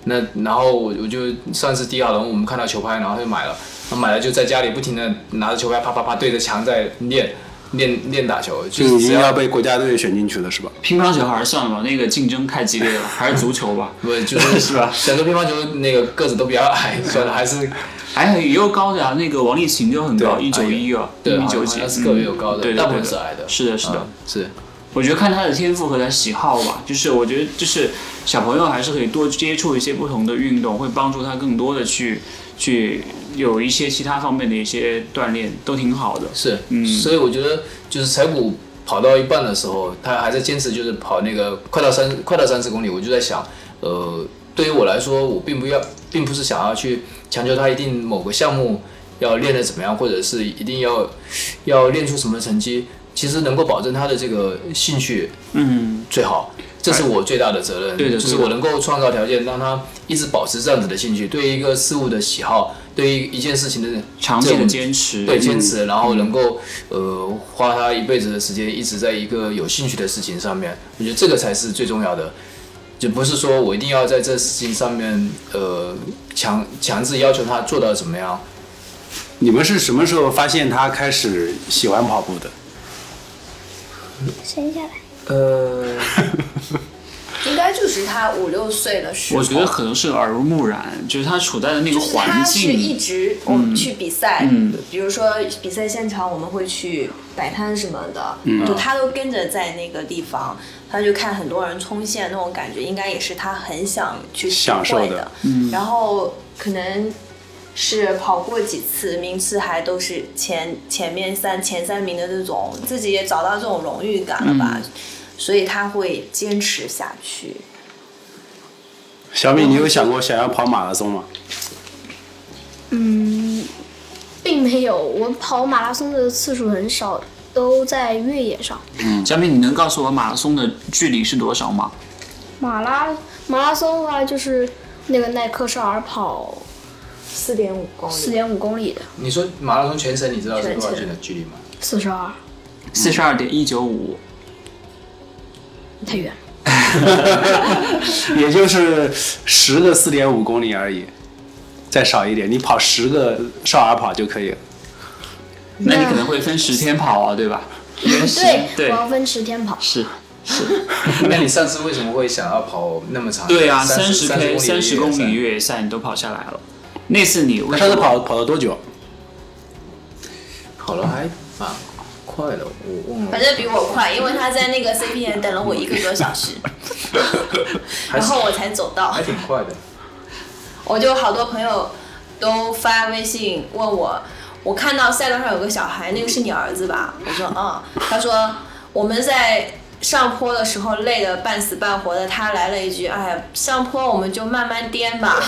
Speaker 3: 那然后我我就上次第二轮我们看到球拍，然后他就买了，他买了就在家里不停的拿着球拍啪啪啪对着墙在练练练打球，
Speaker 2: 就
Speaker 1: 嗯
Speaker 3: 就是
Speaker 2: 已
Speaker 3: 只
Speaker 2: 经
Speaker 3: 要
Speaker 2: 要被国家队选进去了是吧？
Speaker 1: 乒乓球还是算了吧，那个竞争太激烈了，还是足球吧。
Speaker 3: 不就是
Speaker 1: 是吧
Speaker 3: 整个乒乓球那个个子都比较矮，算了，还是
Speaker 1: 还有也有高的啊，那个王励勤就很高，
Speaker 3: 对
Speaker 1: 一九一啊，一
Speaker 3: 对
Speaker 1: 米九
Speaker 3: 好
Speaker 1: 几，
Speaker 3: 像是个
Speaker 1: 嗯
Speaker 3: 有高的
Speaker 1: 对对对
Speaker 3: 大部分
Speaker 1: 对
Speaker 3: 是矮的
Speaker 1: 是的，是的
Speaker 3: 嗯。是。
Speaker 1: 我觉得看他的天赋和他喜好吧，就是我觉得就是小朋友还是可以多接触一些不同的运动，会帮助他更多的去去有一些其他方面的一些锻炼，都挺好的。
Speaker 3: 是，所以我觉得就是柴谷跑到一半的时候，他还在坚持，就是跑那个快到三快到三十公里，我就在想，呃，对于我来说，我并不要，并不是想要去强求他一定某个项目要练得怎么样，或者是一定要要练出什么成绩，其实能够保证他的这个兴趣
Speaker 1: 嗯，
Speaker 3: 最好。这是我最大的责任，
Speaker 1: 对的
Speaker 3: 就是
Speaker 1: 对的
Speaker 3: 我能够创造条件让他一直保持这样子的兴趣，对于一个事物的喜好，对于一件事情的
Speaker 1: 长期
Speaker 3: 这
Speaker 1: 的
Speaker 3: 种
Speaker 1: 坚持，
Speaker 3: 对，坚持，然后能够呃花他一辈子的时间，一直在一个有兴趣的事情上面，我觉得这个才是最重要的，就不是说我一定要在这事情上面呃强强制要求他做到怎么样。
Speaker 2: 你们是什么时候发现他开始喜欢跑步的？
Speaker 6: 生下来。
Speaker 3: 呃，
Speaker 5: 应该就是他五六岁的时候。
Speaker 1: 我觉得可能是耳濡目染，就是他处在的那个
Speaker 5: 就是他
Speaker 1: 环
Speaker 5: 是一
Speaker 1: 境，
Speaker 5: 直我们去比赛，
Speaker 1: 嗯
Speaker 5: 比如说比赛现场我们会去摆摊什么的，
Speaker 1: 嗯啊
Speaker 5: 就他都跟着在那个地方，他就看很多人冲线那种感觉，应该也是他很想去体
Speaker 2: 享受
Speaker 5: 会
Speaker 2: 的
Speaker 1: 嗯
Speaker 5: 然后可能是跑过几次，名次还都是前前面三前三名的这种，自己也找到这种荣誉感了
Speaker 1: 嗯
Speaker 5: 吧，所以他会坚持下去。
Speaker 2: 小米，你有想过想要跑马拉松吗？
Speaker 4: 并没有，我跑马拉松的次数很少，都在越野上。
Speaker 1: 小米，你能告诉我马拉松的距离是多少吗？
Speaker 4: 马拉马拉松的话，就是那个耐克少儿跑
Speaker 5: 四点五公里，
Speaker 4: 四点五公里的
Speaker 3: 你说马拉松全程，你知道是
Speaker 5: 全
Speaker 3: 多少
Speaker 5: 程
Speaker 3: 圈的距离 吗？
Speaker 4: 四十二，
Speaker 1: 四十二点一九五，
Speaker 4: 太远了。
Speaker 2: 也就是十个四点五公里而已，再少一点，你跑十个少儿跑就可以了。
Speaker 1: 那你可能会分十天跑啊，对吧？原始
Speaker 4: 对，
Speaker 1: 啊对
Speaker 4: 我要分十天跑。
Speaker 1: 是
Speaker 3: 那你上次为什么会想要跑那么长？
Speaker 1: 对啊，
Speaker 3: 三
Speaker 1: 三十 K、三十公里越野赛你都跑下来了，那次你为
Speaker 2: 那
Speaker 1: 什
Speaker 2: 上
Speaker 1: 么
Speaker 2: 次跑跑了多久？
Speaker 3: 跑了还蛮快的，我忘了
Speaker 5: 反。正比我快，因为他在那个 CPN 等了我一个多小时，然后我才走到
Speaker 3: 还。挺快的，
Speaker 5: 我就好多朋友都发微信问我，我看到赛道上有个小孩，那个是你儿子吧？我说啊、他说我们在上坡的时候累得半死半活的，他来了一句：“哎呀，上坡我们就慢慢颠吧。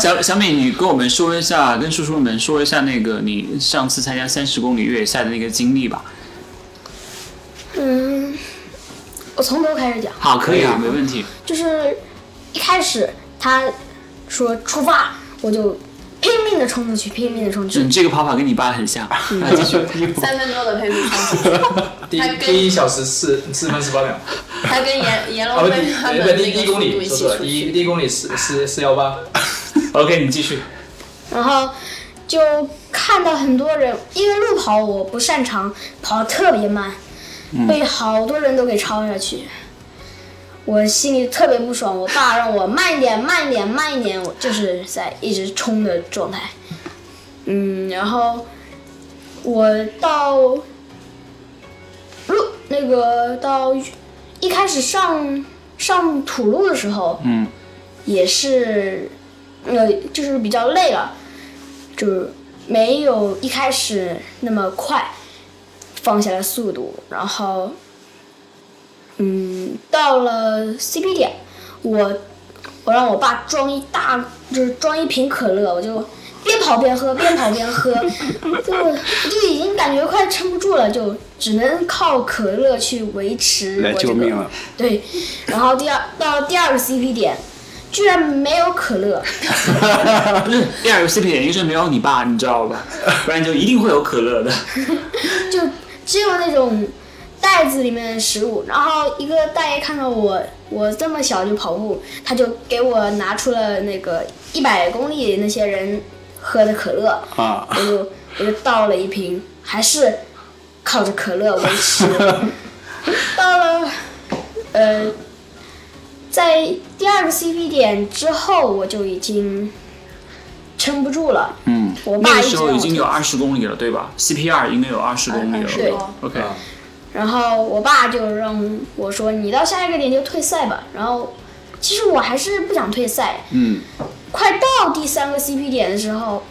Speaker 1: 小小美，你跟我们说一下，跟叔叔们说一下那个你上次参加三十公里越野赛的那个经历吧。
Speaker 4: 嗯，我从头开始讲，
Speaker 1: 好，可以啊，没问题。
Speaker 4: 就是一开始他说出发，我就拼命的冲出去，拼命的冲出
Speaker 1: 你
Speaker 4: 去。
Speaker 1: 这个跑法跟你爸很像。啊继 续”
Speaker 5: 三分钟的配速冲刺，
Speaker 3: 第
Speaker 5: 还跟
Speaker 3: 第一小时四四分十八秒，
Speaker 5: 他跟阎阎
Speaker 3: 啊
Speaker 5: 龙
Speaker 3: 不，
Speaker 5: 跟哦他们
Speaker 3: 不
Speaker 5: 那
Speaker 3: 第第
Speaker 5: 个
Speaker 3: 一
Speaker 5: 速
Speaker 3: 公
Speaker 5: 度
Speaker 3: 里
Speaker 5: 一
Speaker 3: 说
Speaker 5: 起
Speaker 3: 错了，
Speaker 5: 出
Speaker 3: 第
Speaker 5: 去
Speaker 3: 一。第一公里四四四幺八，
Speaker 1: OK，你继续。
Speaker 4: 然后就看到很多人，因为路跑我不擅长，跑得特别慢，被好多人都给超下去。我心里特别不爽，我爸让我慢一点，慢一点，慢一点，我就是在一直冲的状态。嗯，然后我到路那个到一开始上上土路的时候，
Speaker 1: 嗯，
Speaker 4: 也是呃，就是比较累了，就是没有一开始那么快，放下了速度，然后，嗯，到了 CP 点，我我让我爸装一大就是装一瓶可乐，我就边跑边喝，边跑边喝，就我就已经感觉快撑不住了，就只能靠可乐去维持
Speaker 2: 来
Speaker 4: 我这
Speaker 2: 救
Speaker 4: 个
Speaker 2: 命了！
Speaker 4: 对，然后第二到第二个 CP 点，居然没有可乐，
Speaker 1: 不是第二个 CP 点，一个是没有你爸，你知道吧？不然就一定会有可乐的。
Speaker 4: 就只有那种袋子里面的食物。然后一个大爷看到我，我这么小就跑步，他就给我拿出了那个一百公里那些人喝的可乐，
Speaker 2: 啊
Speaker 4: 我就我就倒了一瓶，还是靠着可乐维持。到了，呃，在第二个 CP 点之后，我就已经撑不住了。
Speaker 1: 嗯，
Speaker 4: 我
Speaker 1: 那
Speaker 4: 爸
Speaker 1: 个
Speaker 4: 一直
Speaker 1: 时候
Speaker 4: 让
Speaker 1: 已
Speaker 4: 我
Speaker 1: 经
Speaker 4: 退
Speaker 1: 有二十公里了，对吧？CPR 应该有二十公里了。
Speaker 5: 对
Speaker 1: OK，
Speaker 3: 啊
Speaker 4: 然后我爸就让我说：“你到下一个点就退赛吧。”然后其实我还是不想退赛。
Speaker 1: 嗯，
Speaker 4: 快到第三个 CP 点的时候，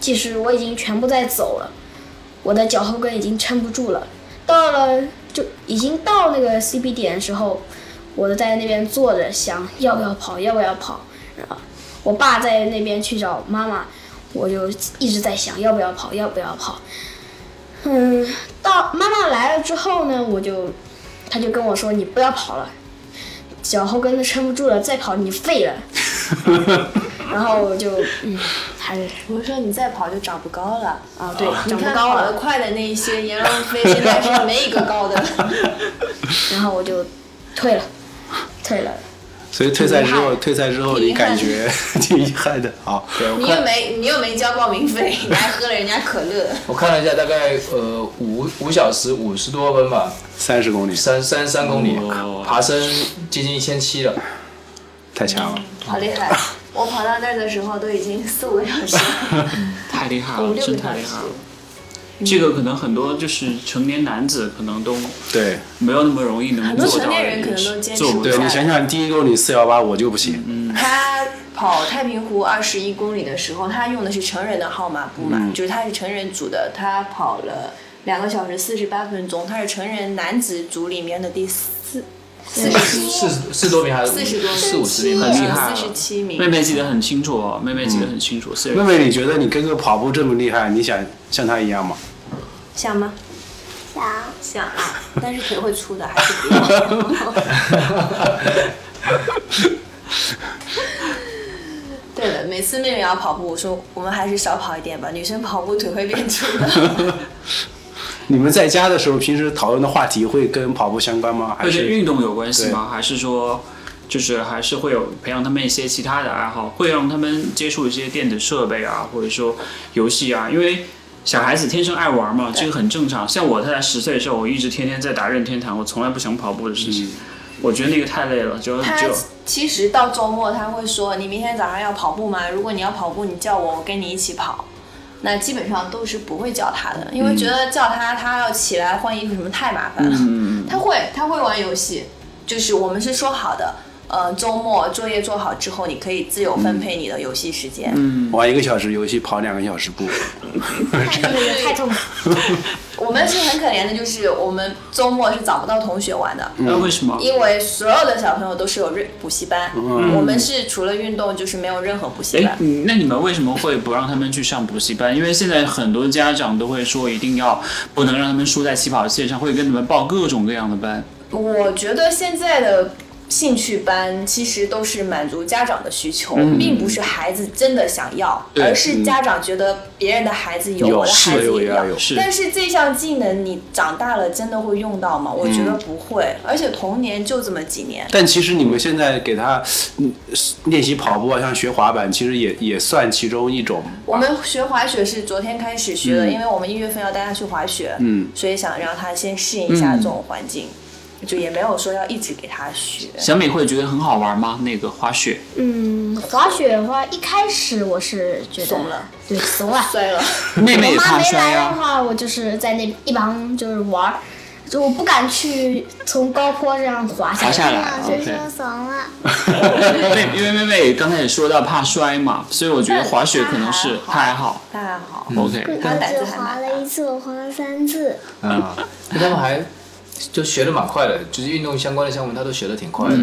Speaker 4: 其实我已经全部在走了，我的脚后跟已经撑不住了。到了就已经到那个 CP 点的时候，我就在那边坐着想要不要跑，要不要跑。然后我爸在那边去找妈妈，我就一直在想要不要跑，要不要跑。嗯，到妈妈来了之后呢，我就，他就跟我说：“你不要跑了，脚后跟都撑不住了，再跑你 废了。”然后我就，嗯，还是
Speaker 6: 我说你再跑就长不高了。
Speaker 4: 啊，对，
Speaker 5: 你
Speaker 4: 长不
Speaker 5: 看
Speaker 4: 高
Speaker 5: 跑得
Speaker 4: 了。
Speaker 5: 快的那一些，阎龙飞现在是没一个高的。
Speaker 4: 然后我就退了，退了。
Speaker 2: 所以退赛之后，退赛之后
Speaker 5: 挺遗
Speaker 2: 你感
Speaker 5: 憾
Speaker 2: 觉 挺遗憾的。好，
Speaker 5: 你又没你又没交报名费，你还喝了人家可乐。
Speaker 3: 我看了一下，大概呃五五小时五十多分吧，
Speaker 2: 三十公里
Speaker 3: 三三三公里
Speaker 1: 哇，
Speaker 3: 爬升接近一千七了。
Speaker 2: 太强了，
Speaker 5: 好厉害！我跑到那儿的时候都已经四五个小时了，
Speaker 1: 太厉害了，
Speaker 5: 五六
Speaker 1: 真
Speaker 5: 个
Speaker 1: 太
Speaker 5: 小
Speaker 1: 厉害
Speaker 5: 时
Speaker 1: 了。。这个可能很多就是成年男子可能都
Speaker 2: 对
Speaker 1: 没有那么容易能
Speaker 5: 很多
Speaker 1: 做到
Speaker 5: 成
Speaker 1: 的一个事，
Speaker 5: 年人可能都坚持
Speaker 1: 做不
Speaker 5: 不
Speaker 1: 到
Speaker 2: 对，
Speaker 5: 下
Speaker 2: 你
Speaker 5: 来
Speaker 2: 想想第一公里四幺八我就不行，
Speaker 5: 嗯他跑太平湖二十一公里的时候，他用的是成人的号码布嘛，就是他是成人组的，他跑了两个小时四十八分钟，他是成人男子组里面的第四四十七
Speaker 3: 四四十多名还是
Speaker 5: 四十多名
Speaker 3: 四五十名？
Speaker 1: 很厉害了，
Speaker 5: 四十七名
Speaker 1: 妹妹记得很清楚哦，妹妹记得
Speaker 5: 嗯
Speaker 1: 很清楚。四十
Speaker 2: 妹妹，你觉得你哥哥跑步这么厉害，你想像他一样吗？
Speaker 5: 像吗？
Speaker 6: 想
Speaker 5: 像啊，但是腿会粗的，还是不 要。对了，每每次妹妹要跑步，我说我们还是少跑一点吧，女生跑步腿会变粗的。
Speaker 2: 你们在家的时候，平时讨论的话题会跟跑步相关吗？还
Speaker 1: 会跟
Speaker 2: 是
Speaker 1: 运动有关系
Speaker 2: 对
Speaker 1: 吗？还是说，就是还是会有培养他们一些其他的爱好，会让他们接触一些电子设备啊，或者说游戏啊？因为小孩子天生爱玩嘛，这个很正常。像我太太十岁的时候，我一直天天在打任天堂，我从来不想跑步的事
Speaker 2: 嗯
Speaker 1: 情。我觉得那个太累了，主要
Speaker 5: 她
Speaker 1: 就
Speaker 5: 其实到周末她会说：“你明天早上要跑步吗？如果你要跑步，你叫我，我跟你一起跑。”那基本上都是不会叫她的，因为觉得叫她，她要起来换衣服什么太麻烦了。
Speaker 1: 嗯，
Speaker 5: 他会，他会玩游戏，就是我们是说好的，呃，周末作业做好之后，你可以自由分配你的游戏时间。嗯，
Speaker 2: 玩一个小时游戏，跑两个小时步？
Speaker 5: 哎
Speaker 4: 太那个也太痛 苦了。
Speaker 5: 我们是很可怜的，就是我们周末是找不到同学玩的，
Speaker 2: 嗯
Speaker 1: 那为什么？
Speaker 5: 因为所有的小朋友都是有任补习班，
Speaker 2: 嗯
Speaker 5: 我们是除了运动就是没有任何补习
Speaker 1: 哎
Speaker 5: 班，。
Speaker 1: 你那你们为什么会不让他们去上补习班？因为现在很多家长都会说一定要不能让他们输在起跑线上，会跟你们报各种各样的班。
Speaker 5: 我觉得现在的。兴趣班其实都是满足家长的需求，
Speaker 2: 嗯
Speaker 5: 并不是孩子真的想要，
Speaker 1: 对
Speaker 5: 而是家长觉得别人的孩子有，我的孩
Speaker 2: 是
Speaker 5: 子
Speaker 2: 有
Speaker 5: 也
Speaker 2: 要
Speaker 5: 要
Speaker 2: 有，
Speaker 1: 是
Speaker 5: 但是这项技能你长大了真的会用到吗？我觉
Speaker 2: 嗯
Speaker 5: 得不会，而且童年就这么几年。
Speaker 2: 但其实你们现在给他嗯练习跑步啊，像学滑板，其实也也算其中一种。
Speaker 5: 我们学滑雪是昨天开始学的，因为我们一月份要带他去滑雪，
Speaker 2: 嗯，
Speaker 5: 所以想让他先适应一下这种环境，就也没有说要一直给他学。
Speaker 1: 小美会觉得很好玩吗？那个滑雪？
Speaker 4: 嗯，滑雪的话，一开始我是觉得
Speaker 5: 怂了，
Speaker 4: 对，怂了。
Speaker 5: 摔了，
Speaker 1: 妹妹
Speaker 4: 我
Speaker 1: 也
Speaker 4: 妈
Speaker 1: 怕
Speaker 4: 没
Speaker 1: 摔啊
Speaker 4: 来的
Speaker 1: 呀、
Speaker 4: 话，我就是在那一旁就是玩儿，就我不敢去从高坡这样滑下
Speaker 1: 滑下来
Speaker 6: 老师说怂了，
Speaker 1: 妹，因为妹妹刚才也说到怕摔嘛，所以我觉得滑雪可 能是她还好。
Speaker 5: 那还好。
Speaker 1: OK，
Speaker 5: 他
Speaker 6: 我
Speaker 5: 胆子
Speaker 6: 只
Speaker 5: 还
Speaker 6: 滑
Speaker 5: 蛮大
Speaker 6: 了一次，我滑了三次。
Speaker 3: 啊，那他们还就学的蛮快的，就是运动相关的项目，他都学的挺快的。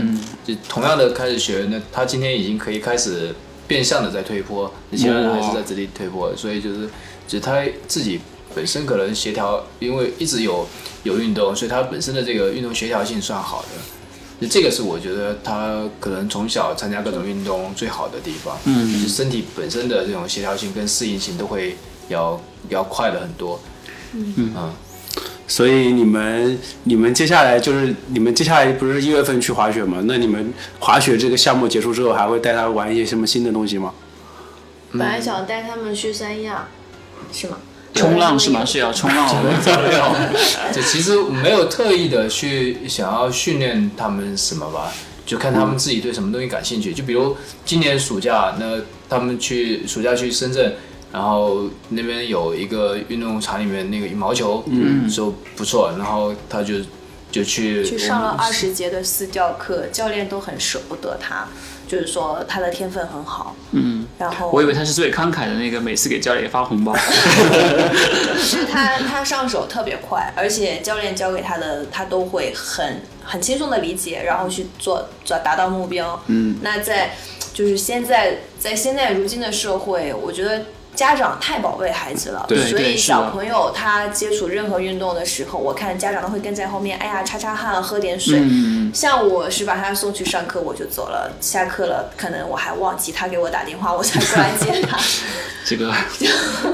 Speaker 3: 就同样的开始学，那他今天已经可以开始变相的在推坡，那其他人还是在这里推坡，所以就是就他自己本身可能协调，因为一直有有运动，所以他本身的这个运动协调性算好的。就这个是我觉得他可能从小参加各种运动最好的地方，嗯，就是身体本身的这种协调性跟适应性都会要要快了很多，嗯
Speaker 2: 所以你们你们接下来就是你们接下来不是一月份去滑雪吗？那你们滑雪这个项目结束之后，还会带他玩一些什么新的东西吗？
Speaker 1: 嗯
Speaker 5: 本来想带他们去三亚，是吗？
Speaker 1: 冲浪是吗？是要冲浪吗？
Speaker 3: 这其实没有特意的去想要训练他们什么吧，就看他
Speaker 2: 嗯
Speaker 3: 们自己对什么东西感兴趣。就比如今年暑假，那他们去暑假去深圳，然后那边有一个运动场里面那个羽毛球，嗯，说不错，然后他就就去
Speaker 5: 去上了二十节的私教课，教练都很舍不得他，就是说他的天分很好。嗯，然后
Speaker 1: 我以为她是最慷慨的那个，每次给教练发红包。
Speaker 5: 就是他他上手特别快，而且教练教给他的他都会很很轻松的理解，然后去做做达到目标。嗯，那在就是现在在现在如今的社会，我觉得。家长太宝贝孩子了，
Speaker 1: 对
Speaker 5: 所
Speaker 1: 对是的
Speaker 5: 以小朋友他接触任何运动的时候，我看家长都会跟在后面，哎呀，擦擦汗，喝点水。
Speaker 1: 嗯，
Speaker 5: 像我是把他送去上课，我就走了，下课了，可能我还忘记他给我打电话，我才过来接他。
Speaker 1: 这个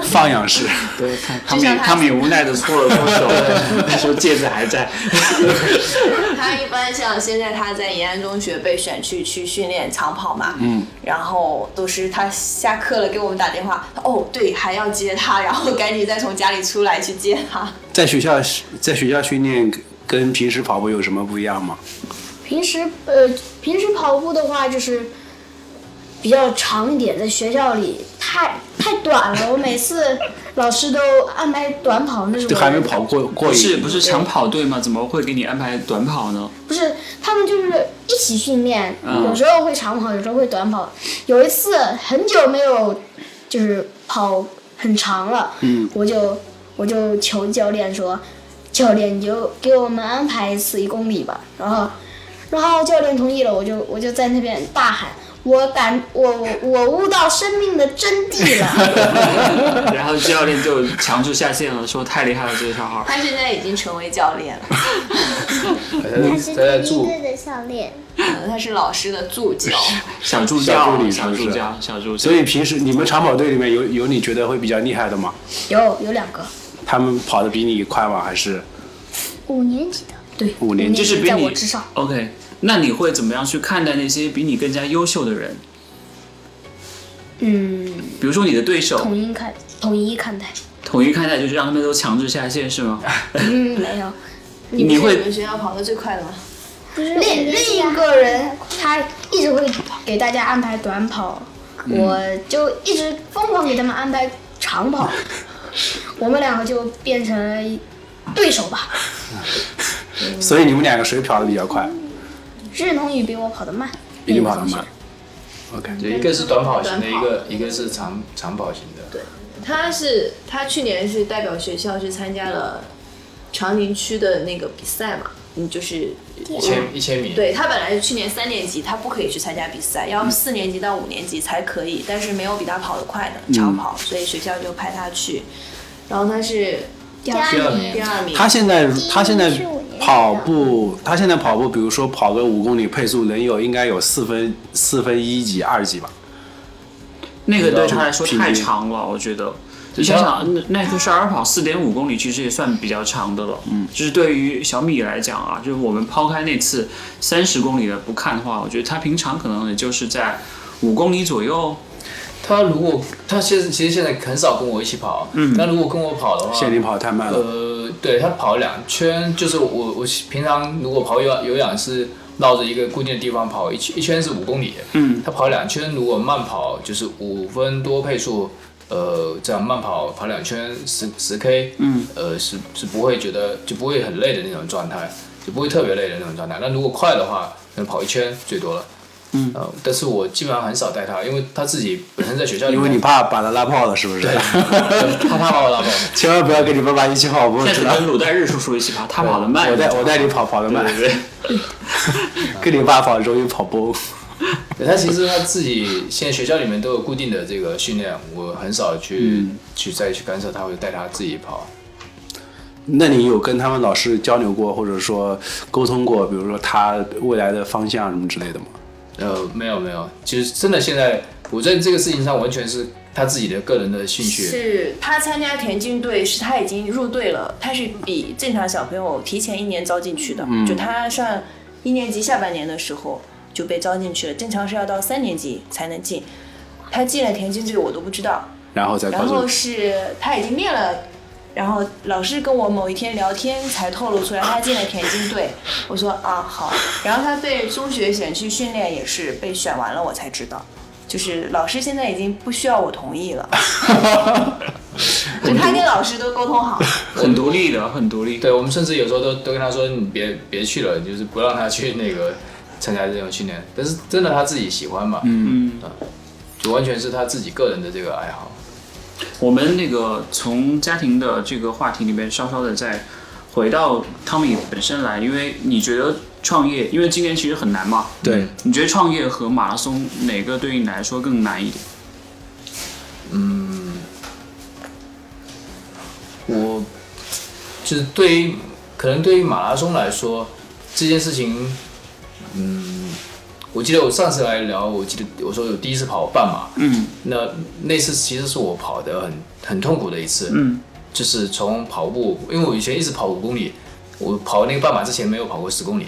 Speaker 2: 放 养式，
Speaker 1: 对，看 他们也他们也无奈的搓了搓 手，说戒指还在。
Speaker 5: 他一般像现在他在延安中学被选去去训练长跑嘛，嗯，然后都是他下课了给我们打电话，哦，对，还要接他，然后赶紧再从家里出来去接他。
Speaker 2: 在学校在学校训练跟平时跑步有什么不一样吗？
Speaker 4: 平时呃，平时跑步的话就是比较长一点，在学校里太太短了。我每次老师都安排短跑，那是
Speaker 2: 就
Speaker 4: 我
Speaker 2: 还没跑过过
Speaker 1: 不
Speaker 2: 瘾，
Speaker 1: 是不是长跑队吗？怎么会给你安排短跑呢？
Speaker 4: 不是，他们就是一起训练，有时候会长跑，有时候会短跑。有一次很久没有就是跑很长了，我就我就求教练说，教练你就给我们安排一次一公里吧。然后，然后教练同意了，我就我就在那边大喊。我感我我悟到生命的真谛了。
Speaker 1: 然后教练就强制下线了，说太厉害了这个小孩儿。
Speaker 5: 他现在已经成为教练了，
Speaker 6: 他
Speaker 3: 他
Speaker 6: 是
Speaker 3: 在
Speaker 6: 第一
Speaker 3: 助
Speaker 6: 队的教练，
Speaker 5: 嗯他是老师的助教。
Speaker 1: 小助
Speaker 2: 小
Speaker 1: 教
Speaker 2: 助，理
Speaker 1: 小
Speaker 2: 是不是
Speaker 1: 助教，小助教。
Speaker 2: 所以平时你们长跑队里面有有你觉得会比较厉害的吗？
Speaker 4: 有有两个，
Speaker 2: 他们跑得比你快吗？还是
Speaker 6: 五年级的，
Speaker 4: 对，
Speaker 2: 五年级
Speaker 1: 就是比
Speaker 4: 在
Speaker 1: 你
Speaker 4: 我之上。
Speaker 1: OK，那你会怎么样去看待那些比你更加优秀的人？
Speaker 4: 嗯，
Speaker 1: 比如说你的对手，
Speaker 4: 统一看统一看待。
Speaker 1: 统一看待就是让他们都强制下线，是吗？
Speaker 4: 嗯，没有。
Speaker 1: 你
Speaker 5: 是你
Speaker 1: 会
Speaker 5: 们学校跑得最快的吗？
Speaker 6: 不是
Speaker 4: 另另一个人他一直会给大家安排短跑，
Speaker 2: 嗯
Speaker 4: 我就一直疯狂给他们安排 长跑，我们两个就变成了一对手吧。
Speaker 2: 所以你们两个谁跑得比较快？
Speaker 1: 嗯
Speaker 4: 任彤宇比我跑得慢，
Speaker 2: 比你跑得慢。OK，
Speaker 3: 就一个是短跑型的，
Speaker 5: 短
Speaker 3: 一
Speaker 5: 跑
Speaker 3: 个一个是长长跑型的。对，
Speaker 5: 他是他去年是代表学校去参加了长宁区的那个比赛嘛，嗯，就是
Speaker 3: 一千一千米。
Speaker 5: 对他本来是去年三年级，他不可以去参加比赛，要四年级到五年级才可以，但是没有比他跑得快的长跑，所以学校就派他去。然后他是
Speaker 4: 第二
Speaker 3: 第二
Speaker 4: 名
Speaker 3: 名
Speaker 5: 第二名，
Speaker 2: 他现在他现在
Speaker 6: 是
Speaker 1: 嗯
Speaker 6: 我年龄
Speaker 2: 跑步，他现在跑步，比如说跑个五公里配速能有应该有四分四分一几二几吧？
Speaker 1: 那个对他来说
Speaker 2: 平均
Speaker 1: 太长了，我觉得。你想想，那耐克少儿跑四点五公里，其实也算比较长的了。嗯，就是对于小米来讲啊，就是我们抛开那次三十公里的不看的话，我觉得他平常可能也就是在五公里左右。
Speaker 3: 他如果他现在其实现在很少跟我一起跑，嗯，但如果跟我跑
Speaker 1: 哦
Speaker 3: 的话，
Speaker 2: 现在你跑得太慢
Speaker 1: 嗯
Speaker 2: 了，
Speaker 3: 呃，对他跑两圈，就是我我平常如果跑有氧有氧是绕着一个固定的地方跑一圈，一圈是五公里，嗯，他跑两圈，如果慢跑就是五分多配速，呃，这样慢跑跑两圈十十 K，嗯，呃是是不会觉得就不会很累的那种状态，就不会特别累的那种状态。那如果快的话，可能跑一圈最多了。嗯，呃，但是我基本上很少带他，因为他自己本身在学校里
Speaker 2: 因
Speaker 3: 面，
Speaker 2: 为你怕把他拉泡了，是不是？
Speaker 3: 他怕把我拉跑，
Speaker 2: 千万不要跟你爸爸一起跑步，
Speaker 1: 但
Speaker 2: 知
Speaker 1: 是
Speaker 2: 道？
Speaker 1: 跟鲁代日叔叔一起跑，他跑得 慢。
Speaker 2: 我带我带你跑跑得慢，
Speaker 1: 对对对。
Speaker 2: 跟你爸跑容易跑崩。
Speaker 3: 对他其实他自己现在学校里面都有固定的这个训练，我很少去、去再去干涉他，或者带他自己跑。
Speaker 2: 那你有跟他们老师交流过，或者说沟通过，比如说他未来的方向什么之类的吗？
Speaker 3: 呃，没有没有，其实真的现在我在这个事情上完全是他自己的个人的兴趣。
Speaker 5: 是他参加田径队，是他已经入队了，他是比正常小朋友提前一年招进去的，就他上一年级下半年的时候就被招进去了，正常是要到三年级才能进。他进了田径队，我都不知道。
Speaker 2: 然后再告
Speaker 5: 然
Speaker 2: 诉
Speaker 5: 后
Speaker 2: 你，
Speaker 5: 是他已经练了，然后老师跟我某一天聊天才透露出来他进了田径队。我说啊好，然后他被中学选去训练也是被选完了，我才知道。就是老师现在已经不需要我同意了，就他跟老师都沟通好，
Speaker 1: 很独立的，很独立。
Speaker 3: 对我们甚至有时候都都跟他说，你别别去了，就是不让他去那个参加这种训练。但是真的他自己喜欢嘛，嗯就完全是他自己个人的这个爱好。
Speaker 1: 我们那个从家庭的这个话题里面稍稍的再回到汤米本身来，因为你觉得创业，因为今年其实很难嘛，
Speaker 2: 对，
Speaker 1: 你觉得创业和马拉松哪个对你来说更难一点？
Speaker 3: 我就是对于可能对于马拉松来说这件事情，嗯，我记得我上次来聊，我记得我说有第一次跑半马，
Speaker 1: 嗯，
Speaker 3: 那那次其实是我跑得很很痛苦的一次，
Speaker 1: 嗯，
Speaker 3: 就是从跑步，因为我以前一直跑五公里，我跑那个半马之前没有跑过十公里，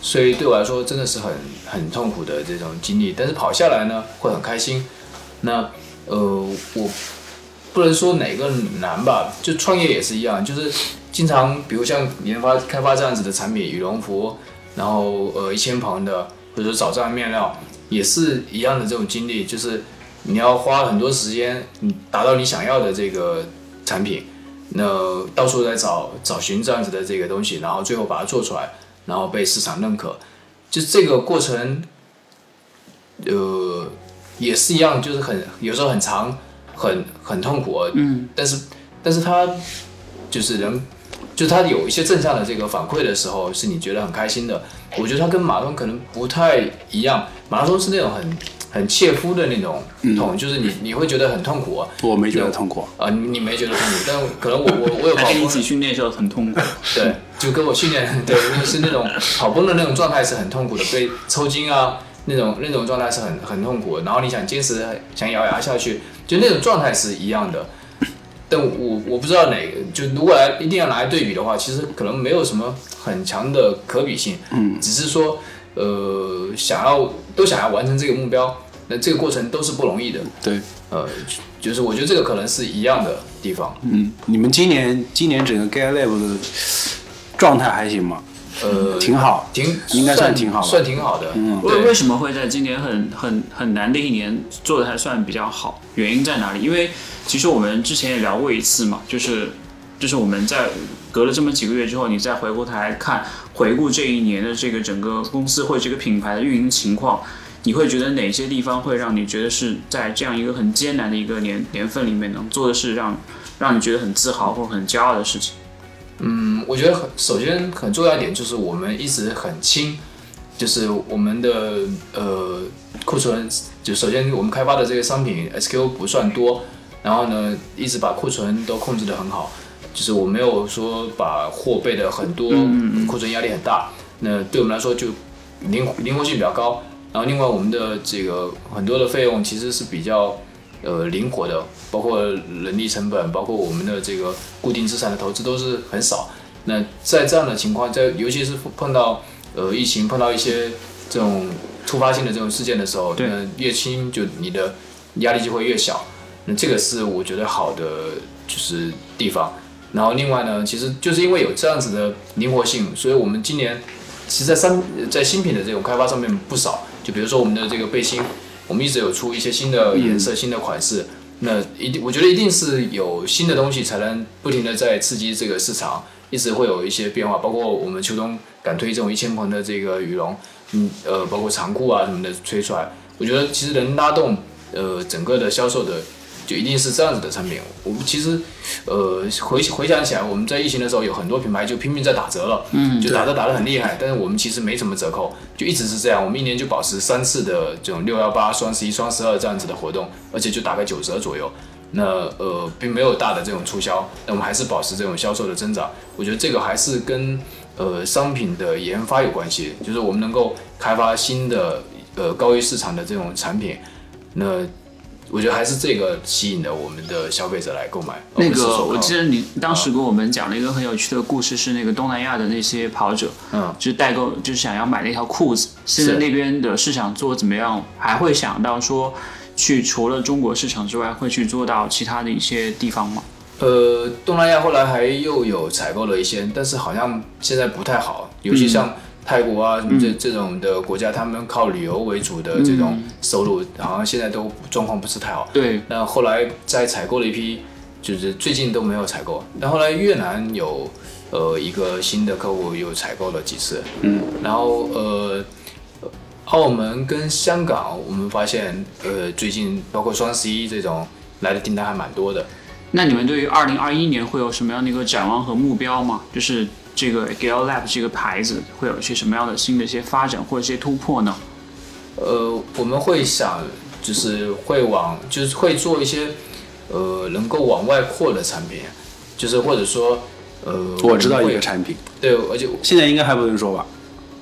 Speaker 3: 所以对我来说真的是很很痛苦的这种经历。但是跑下来呢，会很开心。那呃，我不能说哪个难吧，就创业也是一样，就是经常比如像研发开发这样子的产品，羽绒服，然后呃一千磅的，或者说早上面料，也是一样的这种经历，就是你要花很多时间，你达到你想要的这个产品，那到处在找找寻这样子的这个东西，然后最后把它做出来，然后被市场认可，就这个过程，呃，也是一样，就是很有时候啊很长，很很痛苦，嗯，但是但是它就是能就是他有一些正向的这个反馈的时候，是你觉得很开心的。我觉得他跟马拉松可能不太一样，马拉松是那种很很切肤的那种痛，就是你你会觉得很痛苦啊。
Speaker 2: 我没觉得痛苦。
Speaker 3: 啊，你你没觉得痛苦，但可能我我我有
Speaker 1: 他
Speaker 3: 跑
Speaker 1: 跟你一
Speaker 3: 步
Speaker 1: 起训练的时候很痛苦，
Speaker 3: 对，就跟我训 练对，就是那种跑崩的那种状态是很痛苦的，被抽筋啊那种那种状态是很很痛苦的。然后你想坚持，想咬牙下去，就那种状态是一样的。但我我不知道哪个，就如果来一定要拿来对比的话，其实可能没有什么很强的可比性。嗯，只是说呃，想要都想要完成这个目标，那这个过程都是不容易的。
Speaker 2: 对，
Speaker 3: 呃，就就是我觉得这个可能是一样的地方。
Speaker 2: 嗯，你们今年今年整个 Gay Lab 的状态还行吗？
Speaker 3: 呃，
Speaker 2: 嗯挺好，
Speaker 3: 挺
Speaker 2: 应该算挺好吧
Speaker 3: 算挺好的。嗯
Speaker 1: 为为什么会在今年很很很难的一年做的还算比较好？原因在哪里？因为其实我们之前也聊过一次嘛，就是就是我们在隔了这么几个月之后，你再回过头来看回顾这一年的这个整个公司或者这个品牌的运营情况，你会觉得哪些地方会让你觉得是在这样一个很艰难的一个年年份里面能做的是让让你觉得很自豪或者很骄傲的事情？
Speaker 3: 嗯我觉得很，首先很重要一点就是我们一直很轻，就是我们的呃库存，就首先我们开发的这个商品 SKU 不算多，然后呢一直把库存都控制得很好，就是我没有说把货备的很多，库存压力很大，那对我们来说就灵灵活性比较高。然后另外我们的这个很多的费用其实是比较呃灵活的，包括人力成本，包括我们的这个固定资产的投资都是很少。那在这样的情况，在尤其是碰到呃疫情，碰到一些这种突发性的这种事件的时候，
Speaker 1: 对
Speaker 3: 那越轻就你的压力就会越小。那这个是我觉得好的就是地方。然后另外呢，其实就是因为有这样子的灵活性，所以我们今年其实在商在新品的这种开发上面不少。就比如说我们的这个背心，我们一直有出一些新的颜色、新的款式。那一定，我觉得一定是有新的东西才能不停的在刺激这个市场，一直会有一些变化。包括我们秋冬敢推这种一千蓬的这个羽绒，嗯呃，包括长裤啊什么的推出来，我觉得其实能拉动呃整个的销售的，就一定是这样子的产品。我们其实呃回回想起来，我们在疫情的时候有很多品牌就拼命在打折了，嗯，就打折打得很厉害，但是我们其实没什么折扣，就一直是这样。我们一年就保持三次的这种六幺八、双十一、双十二这样子的活动，而且就打个九折左右。那呃，并没有大的这种促销，那我们还是保持这种销售的增长。我觉得这个还是跟呃商品的研发有关系，就是我们能够开发新的呃高于市场的这种产品，那我觉得还是这个吸引了我们的消费者来购买。而
Speaker 1: 那
Speaker 3: 不是
Speaker 1: 个，
Speaker 3: 说
Speaker 1: 我
Speaker 3: 靠
Speaker 1: 记得你
Speaker 3: 嗯
Speaker 1: 当时给我们讲了一个很有趣的故事，是那个东南亚的那些跑者，
Speaker 3: 嗯
Speaker 1: 就是代购，就是想要买那条裤子。现在
Speaker 3: 是
Speaker 1: 那边的市场做得怎么样，还会想到说去除了中国市场之外，会去做到其他的一些地方吗？
Speaker 3: 呃，东南亚后来还又有采购了一些，但是好像现在不太好，尤
Speaker 1: 嗯
Speaker 3: 其像泰国啊、什么这这种的国家，他们靠旅游为主的这
Speaker 1: 嗯
Speaker 3: 种收入，好像现在都状况不是太好。
Speaker 1: 对，
Speaker 3: 那后来再采购了一批，就是最近都没有采购。但后来越南有呃一个新的客户又采购了几次，嗯，然后呃。澳门跟香港，我们发现，呃，最近包括双十一这种来的订单还蛮多的，
Speaker 1: 那你们对于二零二一年会有什么样的一个展望和目标吗？就是这个 Gale Lab 这个牌子会有一些什么样的新的一些发展或者一些突破呢？
Speaker 3: 呃，我们会想就是会往就是会做一些呃能够往外扩的产品，就是或者说呃
Speaker 2: 我知道
Speaker 3: 们
Speaker 2: 一
Speaker 3: 会
Speaker 2: 个产品，
Speaker 3: 对，而且
Speaker 2: 现在应该还不能说吧？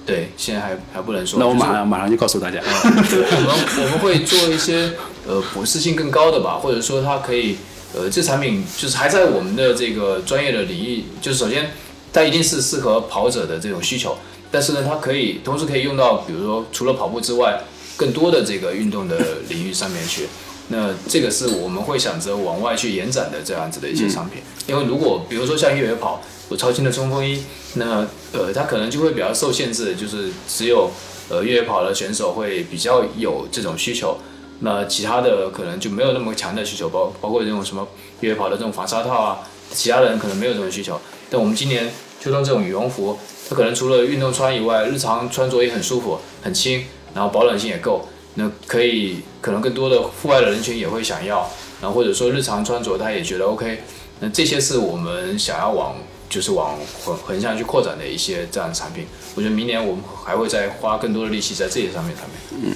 Speaker 3: 对现在还还不能说，
Speaker 2: 那我
Speaker 3: 就是
Speaker 2: 马上马上就告诉大家。
Speaker 3: 我们我们会做一些呃普适性更高的吧，或者说它可以呃这产品就是还在我们的这个专业的领域，就是首先它一定是适合跑者的这种需求，但是呢它可以同时可以用到比如说除了跑步之外更多的这个运动的领域上面去。那这个是我们会想着往外去延展的这样子的一些商品，因为如果比如说像越野跑，我超轻的冲锋衣，那呃它可能就会比较受限制，就是只有呃越野跑的选手会比较有这种需求，那其他的可能就没有那么强的需求，包包括这种什么越野跑的这种防沙套啊，其他人可能没有这种需求。但我们今年秋冬这种羽绒服，它可能除了运动穿以外，日常穿着也很舒服、很轻，然后保暖性也够，那可以可能更多的户外的人群也会想要，然后或者说日常穿着他也觉得 OK，那这些是我们想要往就是往横横向去扩展的一些这样的产品。我觉得明年我们还会再花更多的力气在这些上面上面。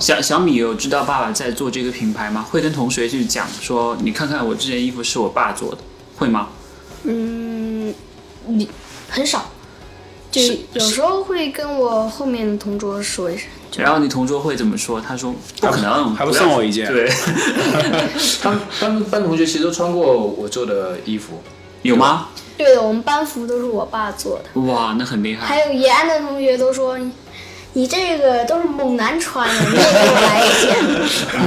Speaker 1: 小小米有知道爸爸在做这个品牌吗？会跟同学去讲说，你看看我这件衣服是我爸做的，会吗？
Speaker 4: 嗯，你很少，就是有时候会跟我后面的同桌说一声。
Speaker 2: 嗯
Speaker 1: 然后你同桌会怎么说？他说不可能，
Speaker 2: 还不
Speaker 1: 要
Speaker 2: 送我一件
Speaker 1: 对，
Speaker 3: 他们他们班同学其实都穿过我做的衣服，
Speaker 1: 有吗？
Speaker 4: 对的，我们班服都是我爸做
Speaker 2: 嗯
Speaker 4: 的，
Speaker 1: 哇，那很厉害。
Speaker 4: 还有延安的同学都说你你这个都是猛男穿的，你也给我来一 件。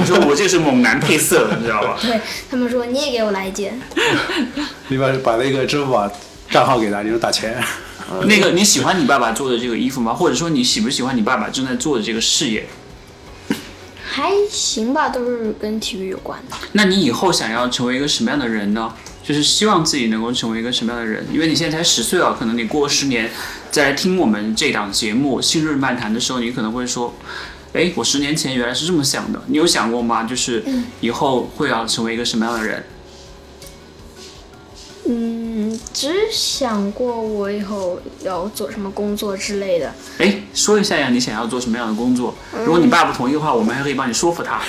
Speaker 1: 你说我就是猛男配色，你知道吧？
Speaker 4: 对他们说你也给我来一件，
Speaker 2: 你把把那个支付宝账号给他，你说打钱。
Speaker 1: 那个你喜欢你爸爸做的这个衣服吗？或者说你喜不喜欢你爸爸正在做的这个事业？
Speaker 4: 还行吧，都是跟体育有关的。
Speaker 1: 那你以后想要成为一个什么样的人呢？就是希望自己能够成为一个什么样的人？因为你现在才十岁啊，可能你过十年在听我们这档节目《新日漫谈》的时候，你可能会说：“哎，我十年前原来是这么想的。”你有想过吗？就是以后会要成为一个什么样的人？
Speaker 4: 嗯，只想过我以后要做什么工作之类的。
Speaker 1: 哎，说一下呀，你想要做什么样的工作？如果你爸不同意的话，我们还可以帮你说服他。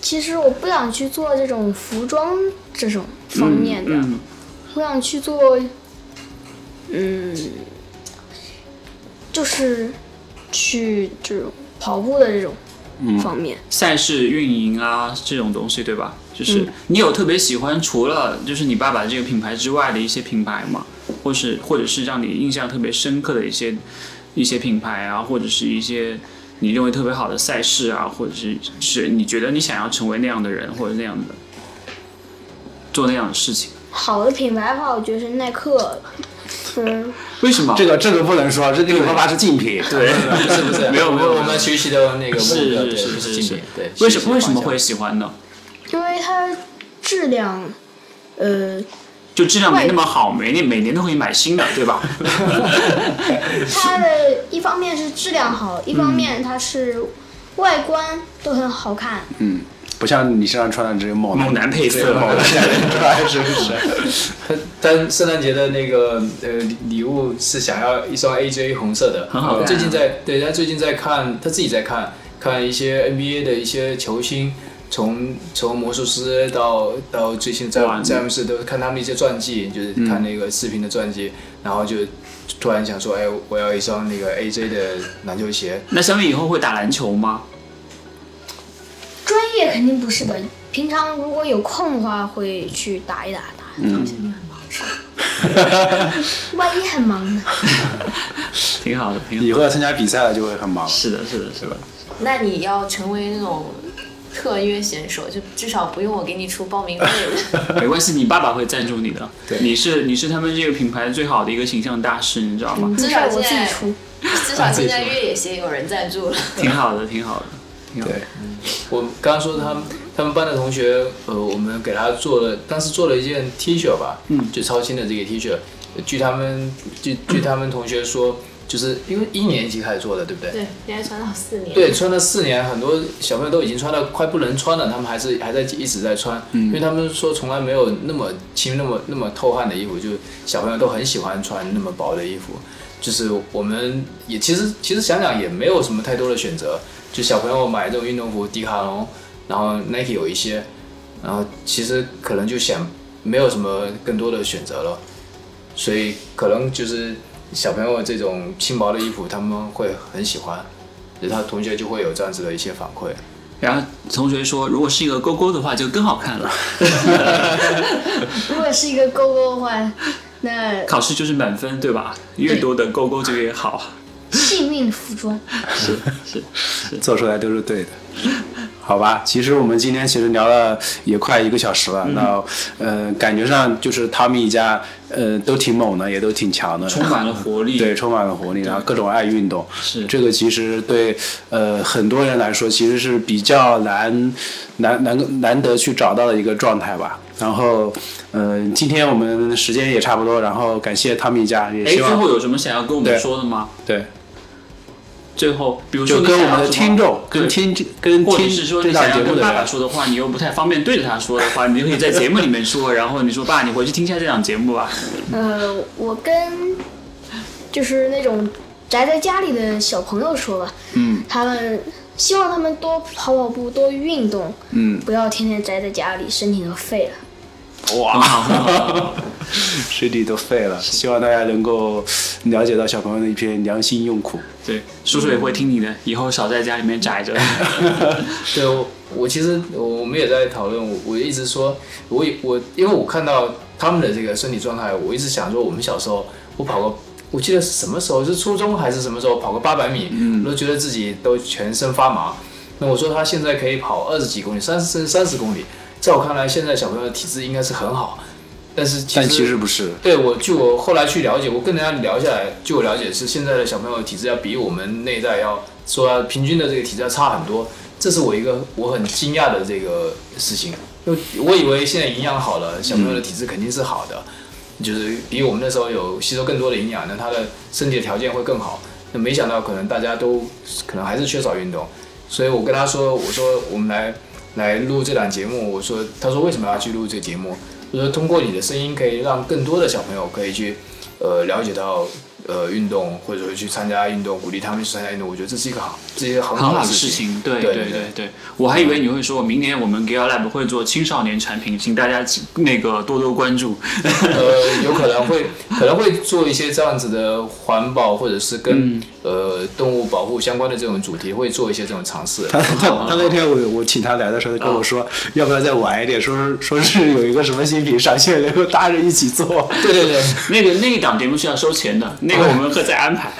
Speaker 4: 其实我不想去做这种服装这种方面的，
Speaker 1: 嗯，
Speaker 4: 我想去做，嗯，就是去这种跑步的这种
Speaker 6: 嗯
Speaker 4: 方面。
Speaker 1: 赛事运营啊这种东西，对吧？就是你有特别喜欢除了就是你爸爸这个品牌之外的一些品牌吗？或是或者是让你印象特别深刻的一些一些品牌啊，或者是一些你认为特别好的赛事啊，或者是是你觉得你想要成为那样的人或者那样的做那样的事情，
Speaker 4: 好的品牌的话，我觉得是耐克，嗯，
Speaker 1: 为什么？
Speaker 2: 这个这个不能说，这个你爸爸是竞 品。
Speaker 1: 对，
Speaker 3: 不是不是？
Speaker 1: 没有没有
Speaker 3: 我们我们学习的那个目标
Speaker 1: 是
Speaker 3: 对
Speaker 1: 是是
Speaker 3: 是
Speaker 1: 是
Speaker 3: 竞
Speaker 1: 是
Speaker 3: 品，对。
Speaker 1: 为什
Speaker 3: 学习的
Speaker 1: 么为什么
Speaker 3: 方向
Speaker 1: 会喜欢呢？
Speaker 4: 因为它质量，呃，
Speaker 1: 就质量没那么好，每年每年都可以买新的，对吧？
Speaker 4: 它的一方面是质量好，一方面它是外观都很好看。
Speaker 2: 嗯，不像你身上穿的只有猛
Speaker 1: 猛男配色，
Speaker 3: 对
Speaker 1: 猛 男。
Speaker 2: 是不是？
Speaker 3: 但圣诞节的那个呃礼礼物是想要一双 AJ 红色的，呃
Speaker 1: 很好看啊
Speaker 3: 我最近在对，他最近在看，他自己在看看一些 NBA 的一些球星，从从魔术师到到最新詹
Speaker 1: 哇
Speaker 3: 姆詹姆斯，都是看他们一些传记，就是看那个视频的传记，然后就突然想说，哎，我要一双那个 AJ 的篮球鞋。
Speaker 1: 那小米以后会打篮球吗？
Speaker 4: 专业肯定不是的，平常如果有空的话会去打一打打。
Speaker 2: 嗯，
Speaker 4: 万一很忙呢？
Speaker 1: 挺好的，挺好
Speaker 2: 以后要参加比赛了就会很忙
Speaker 1: 的。
Speaker 2: 了。
Speaker 1: 是的，是的，是的。
Speaker 5: 那你要成为那种特约选手，就至少不用我给你出报名费了。
Speaker 1: 没关系，你爸爸会赞助你的。你是你是他们这个品牌最好的一个形象大使，你知道
Speaker 2: 嗯
Speaker 1: 吗？
Speaker 5: 至
Speaker 4: 这
Speaker 5: 少
Speaker 4: 我
Speaker 5: 现
Speaker 4: 自己
Speaker 5: 在，
Speaker 4: 出。
Speaker 5: 至少现在越野鞋有人赞助了。
Speaker 1: 挺好的，挺好的。
Speaker 2: 对，
Speaker 3: 我刚刚说他们他们班的同学，呃，我们给他做了，当时做了一件 T 恤吧，
Speaker 1: 嗯
Speaker 3: 就超轻的这个 T 恤，据他们据据他们同学说，就是因为一年级开始做的，对不对？
Speaker 5: 对，现在穿到四年。
Speaker 3: 对，穿了四年，很多小朋友都已经穿到快不能穿了，他们还是还在一直在穿，因为他们说从来没有那么轻、那么那么透汗的衣服，就小朋友都很喜欢穿那么薄的衣服。就是我们也其实其实想想也没有什么太多的选择，就小朋友买这种运动服，迪卡侬，然后 Nike 有一些，然后其实可能就想没有什么更多的选择了，所以可能就是小朋友这种轻薄的衣服他们会很喜欢，所以他同学就会有这样子的一些反馈。
Speaker 1: 然后同学说，如果是一个勾勾的话，就更好看了。
Speaker 4: 如果是一个勾勾的话，那
Speaker 1: 考试就是满分，对吧？越多的勾勾就越好。
Speaker 4: 幸运服装。
Speaker 1: 是是，
Speaker 2: 做出来都是对的。好吧，其实我们今天其实聊了也快一个小时了，
Speaker 1: 嗯
Speaker 2: 那呃，感觉上就是他们一家呃都挺猛的，也都挺强的，
Speaker 1: 充满了活力。
Speaker 2: 对，，充满了活力，然后各种爱运动，
Speaker 1: 是
Speaker 2: 这个其实对呃很多人来说其实是比较难难难难得去找到的一个状态吧。然后，嗯、今天我们时间也差不多，然后感谢他们一家，也
Speaker 1: 哎，
Speaker 2: 希
Speaker 1: 最
Speaker 2: 望
Speaker 1: 后有什么想要跟我们
Speaker 2: 对
Speaker 1: 说的吗？
Speaker 2: 对
Speaker 1: 最后，比如说
Speaker 2: 就
Speaker 1: 你
Speaker 2: 跟我
Speaker 1: 想
Speaker 2: 们
Speaker 1: 要
Speaker 2: 的
Speaker 1: 什么
Speaker 2: 听众、
Speaker 1: 啊对
Speaker 2: 跟听跟
Speaker 1: 或者
Speaker 2: 听
Speaker 1: 是说
Speaker 2: 这
Speaker 1: 你想
Speaker 2: 档
Speaker 1: 要
Speaker 2: 节目
Speaker 1: 跟
Speaker 2: 的
Speaker 1: 爸爸
Speaker 2: 人，
Speaker 1: 说的话，你又不太方便对着他说的话，你就可以在节目里面说，然后你说爸，你回去听一下这档节目吧。
Speaker 4: 呃，我跟就是那种宅在家里的小朋友说吧，
Speaker 1: 嗯
Speaker 4: 他们希望他们多跑跑步，多运动，
Speaker 1: 嗯，
Speaker 4: 不要天天宅在家里，身体都废了。
Speaker 1: 很好很 好，
Speaker 2: 身体都废了。希望大家能够了解到小朋友的一片良心用苦。
Speaker 1: 对，叔叔也会听你的，以后少在家里面宅着。
Speaker 3: 对，我我其实我我们也在讨论，我我一直说，我也我因为我看到他们的这个身体状态，我一直想说，我们小时候我跑过，我记得是什么时候是初中还是什么时候跑个八百米，
Speaker 2: 嗯
Speaker 3: 我都觉得自己都全身发麻。那我说他现在可以跑二十几公里，三十三十公里，在我看来，现在小朋友的体质应该是很好，但是
Speaker 2: 但其实不是，
Speaker 3: 对我，据我后来去了解，我跟人家聊下来，据我了解是现在的小朋友体质要比我们那一代要说要平均的这个体质要差很多，这是我一个我很惊讶的这个事情，因为我以为现在营养好了，小朋友的体质肯定是好的，就是比我们那时候有吸收更多的营养，那他的身体的条件会更好。那没想到可能大家都可能还是缺少运动，所以我跟他说，我说我们来来录这档节目，我说他说为什么要去录这个节目？我说通过你的声音可以让更多的小朋友可以去呃了解到呃运动，或者说去参加运动，鼓励他们去参加运动，我觉得这是一个好，这是一个很
Speaker 1: 很好
Speaker 3: 好
Speaker 1: 的
Speaker 3: 的
Speaker 1: 事
Speaker 3: 情
Speaker 1: 情，。对
Speaker 3: 对
Speaker 1: 对对，我还以为你会说，明年我们 Gear Lab 会做青少年产品，请大家那个多多关注。
Speaker 3: 呃，有可能会可能会做一些这样子的环保，或者是跟、呃动物保护相关的这种主题，会做一些这种尝试。
Speaker 2: 他 他他那天我我请他来的时候，他跟我说，要不要再晚一点，说是说是有一个什么新品上线，能够搭着一起做。
Speaker 3: 对对对，
Speaker 1: 那个那一档节目是要收钱的，那个我们会再安排。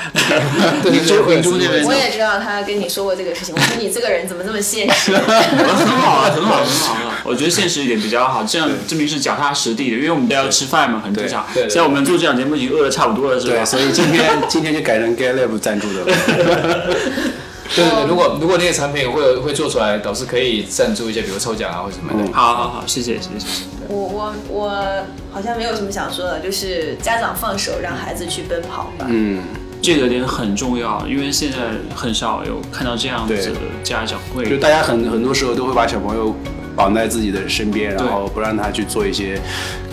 Speaker 3: 对
Speaker 1: 你中
Speaker 3: 对
Speaker 1: 你中那边
Speaker 5: 我也知道他跟你说过这个事情，我说你这个人怎么这么现实？
Speaker 1: 很好啊，很好，很好，很好。我觉得现实一点比较好，这样证明是脚踏实地的，因为我们都要吃饭嘛，很正常
Speaker 3: 对。对对
Speaker 1: 像我们做这档节目已经饿得差不多了，是吧
Speaker 2: 对，？所以今天 今天就改成 GetLab 赞助的了。
Speaker 3: 对对对，如果如果那个产品会会做出来，导师可以赞助一些，比如抽奖啊或者什么的。
Speaker 1: 好好好，谢谢谢谢。
Speaker 5: 我我我好像没有什么想说的，就是家长放手让孩子去奔跑吧。
Speaker 2: 嗯，
Speaker 1: 这个点很重要，因为现在很少有看到这样子的家长会
Speaker 2: 就大家很很多时候都会把小朋友绑在自己的身边，然
Speaker 1: 对
Speaker 2: 后不让他去做一些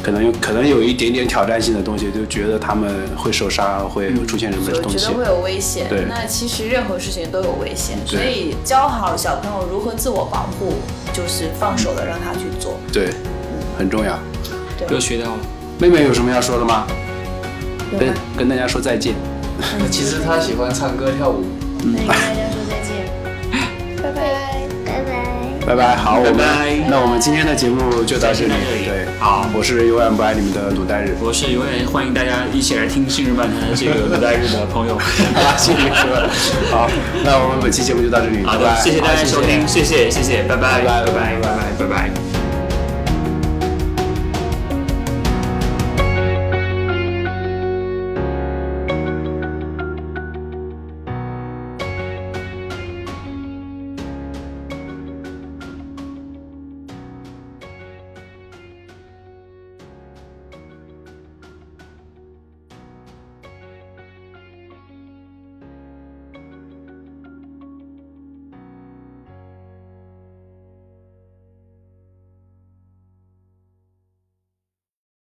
Speaker 2: 可能有可能有一点点挑战性的东西，就觉得他们会受伤，会出现什么
Speaker 5: 就
Speaker 2: 东
Speaker 5: 觉
Speaker 2: 西
Speaker 5: 得。会有危险
Speaker 2: 对。
Speaker 5: 那其实任何事情都有危险，
Speaker 2: 对
Speaker 5: 所以教好小朋友如何自我保护，就是放手的让他去做。
Speaker 2: 对，很重要。
Speaker 1: 又学到了。
Speaker 2: 妹妹有什么要说的吗？
Speaker 5: 有
Speaker 2: 跟
Speaker 5: 吗
Speaker 2: 跟大家说再见。
Speaker 3: 其实他喜欢唱歌跳舞。
Speaker 6: 那跟大家说再见，
Speaker 5: 拜拜。
Speaker 6: 拜拜。
Speaker 2: 拜拜，嗯好，我
Speaker 1: 拜
Speaker 2: 们
Speaker 1: 拜
Speaker 2: 那我们今天的节目就到这里
Speaker 1: 就到这里。
Speaker 2: 对，
Speaker 1: 好
Speaker 2: 我是永远不爱你们的鲁 丹日，
Speaker 1: 我是永远欢迎大家一起来听《信日漫谈》这个古代日的朋友。
Speaker 2: 谢谢各位。好，那我们本期节目就到这里，
Speaker 1: 好
Speaker 2: 拜
Speaker 1: 的，
Speaker 2: 拜
Speaker 1: 谢谢大家收听，谢谢谢谢，拜拜
Speaker 2: 拜
Speaker 1: 拜
Speaker 2: 拜
Speaker 1: 拜拜拜拜拜。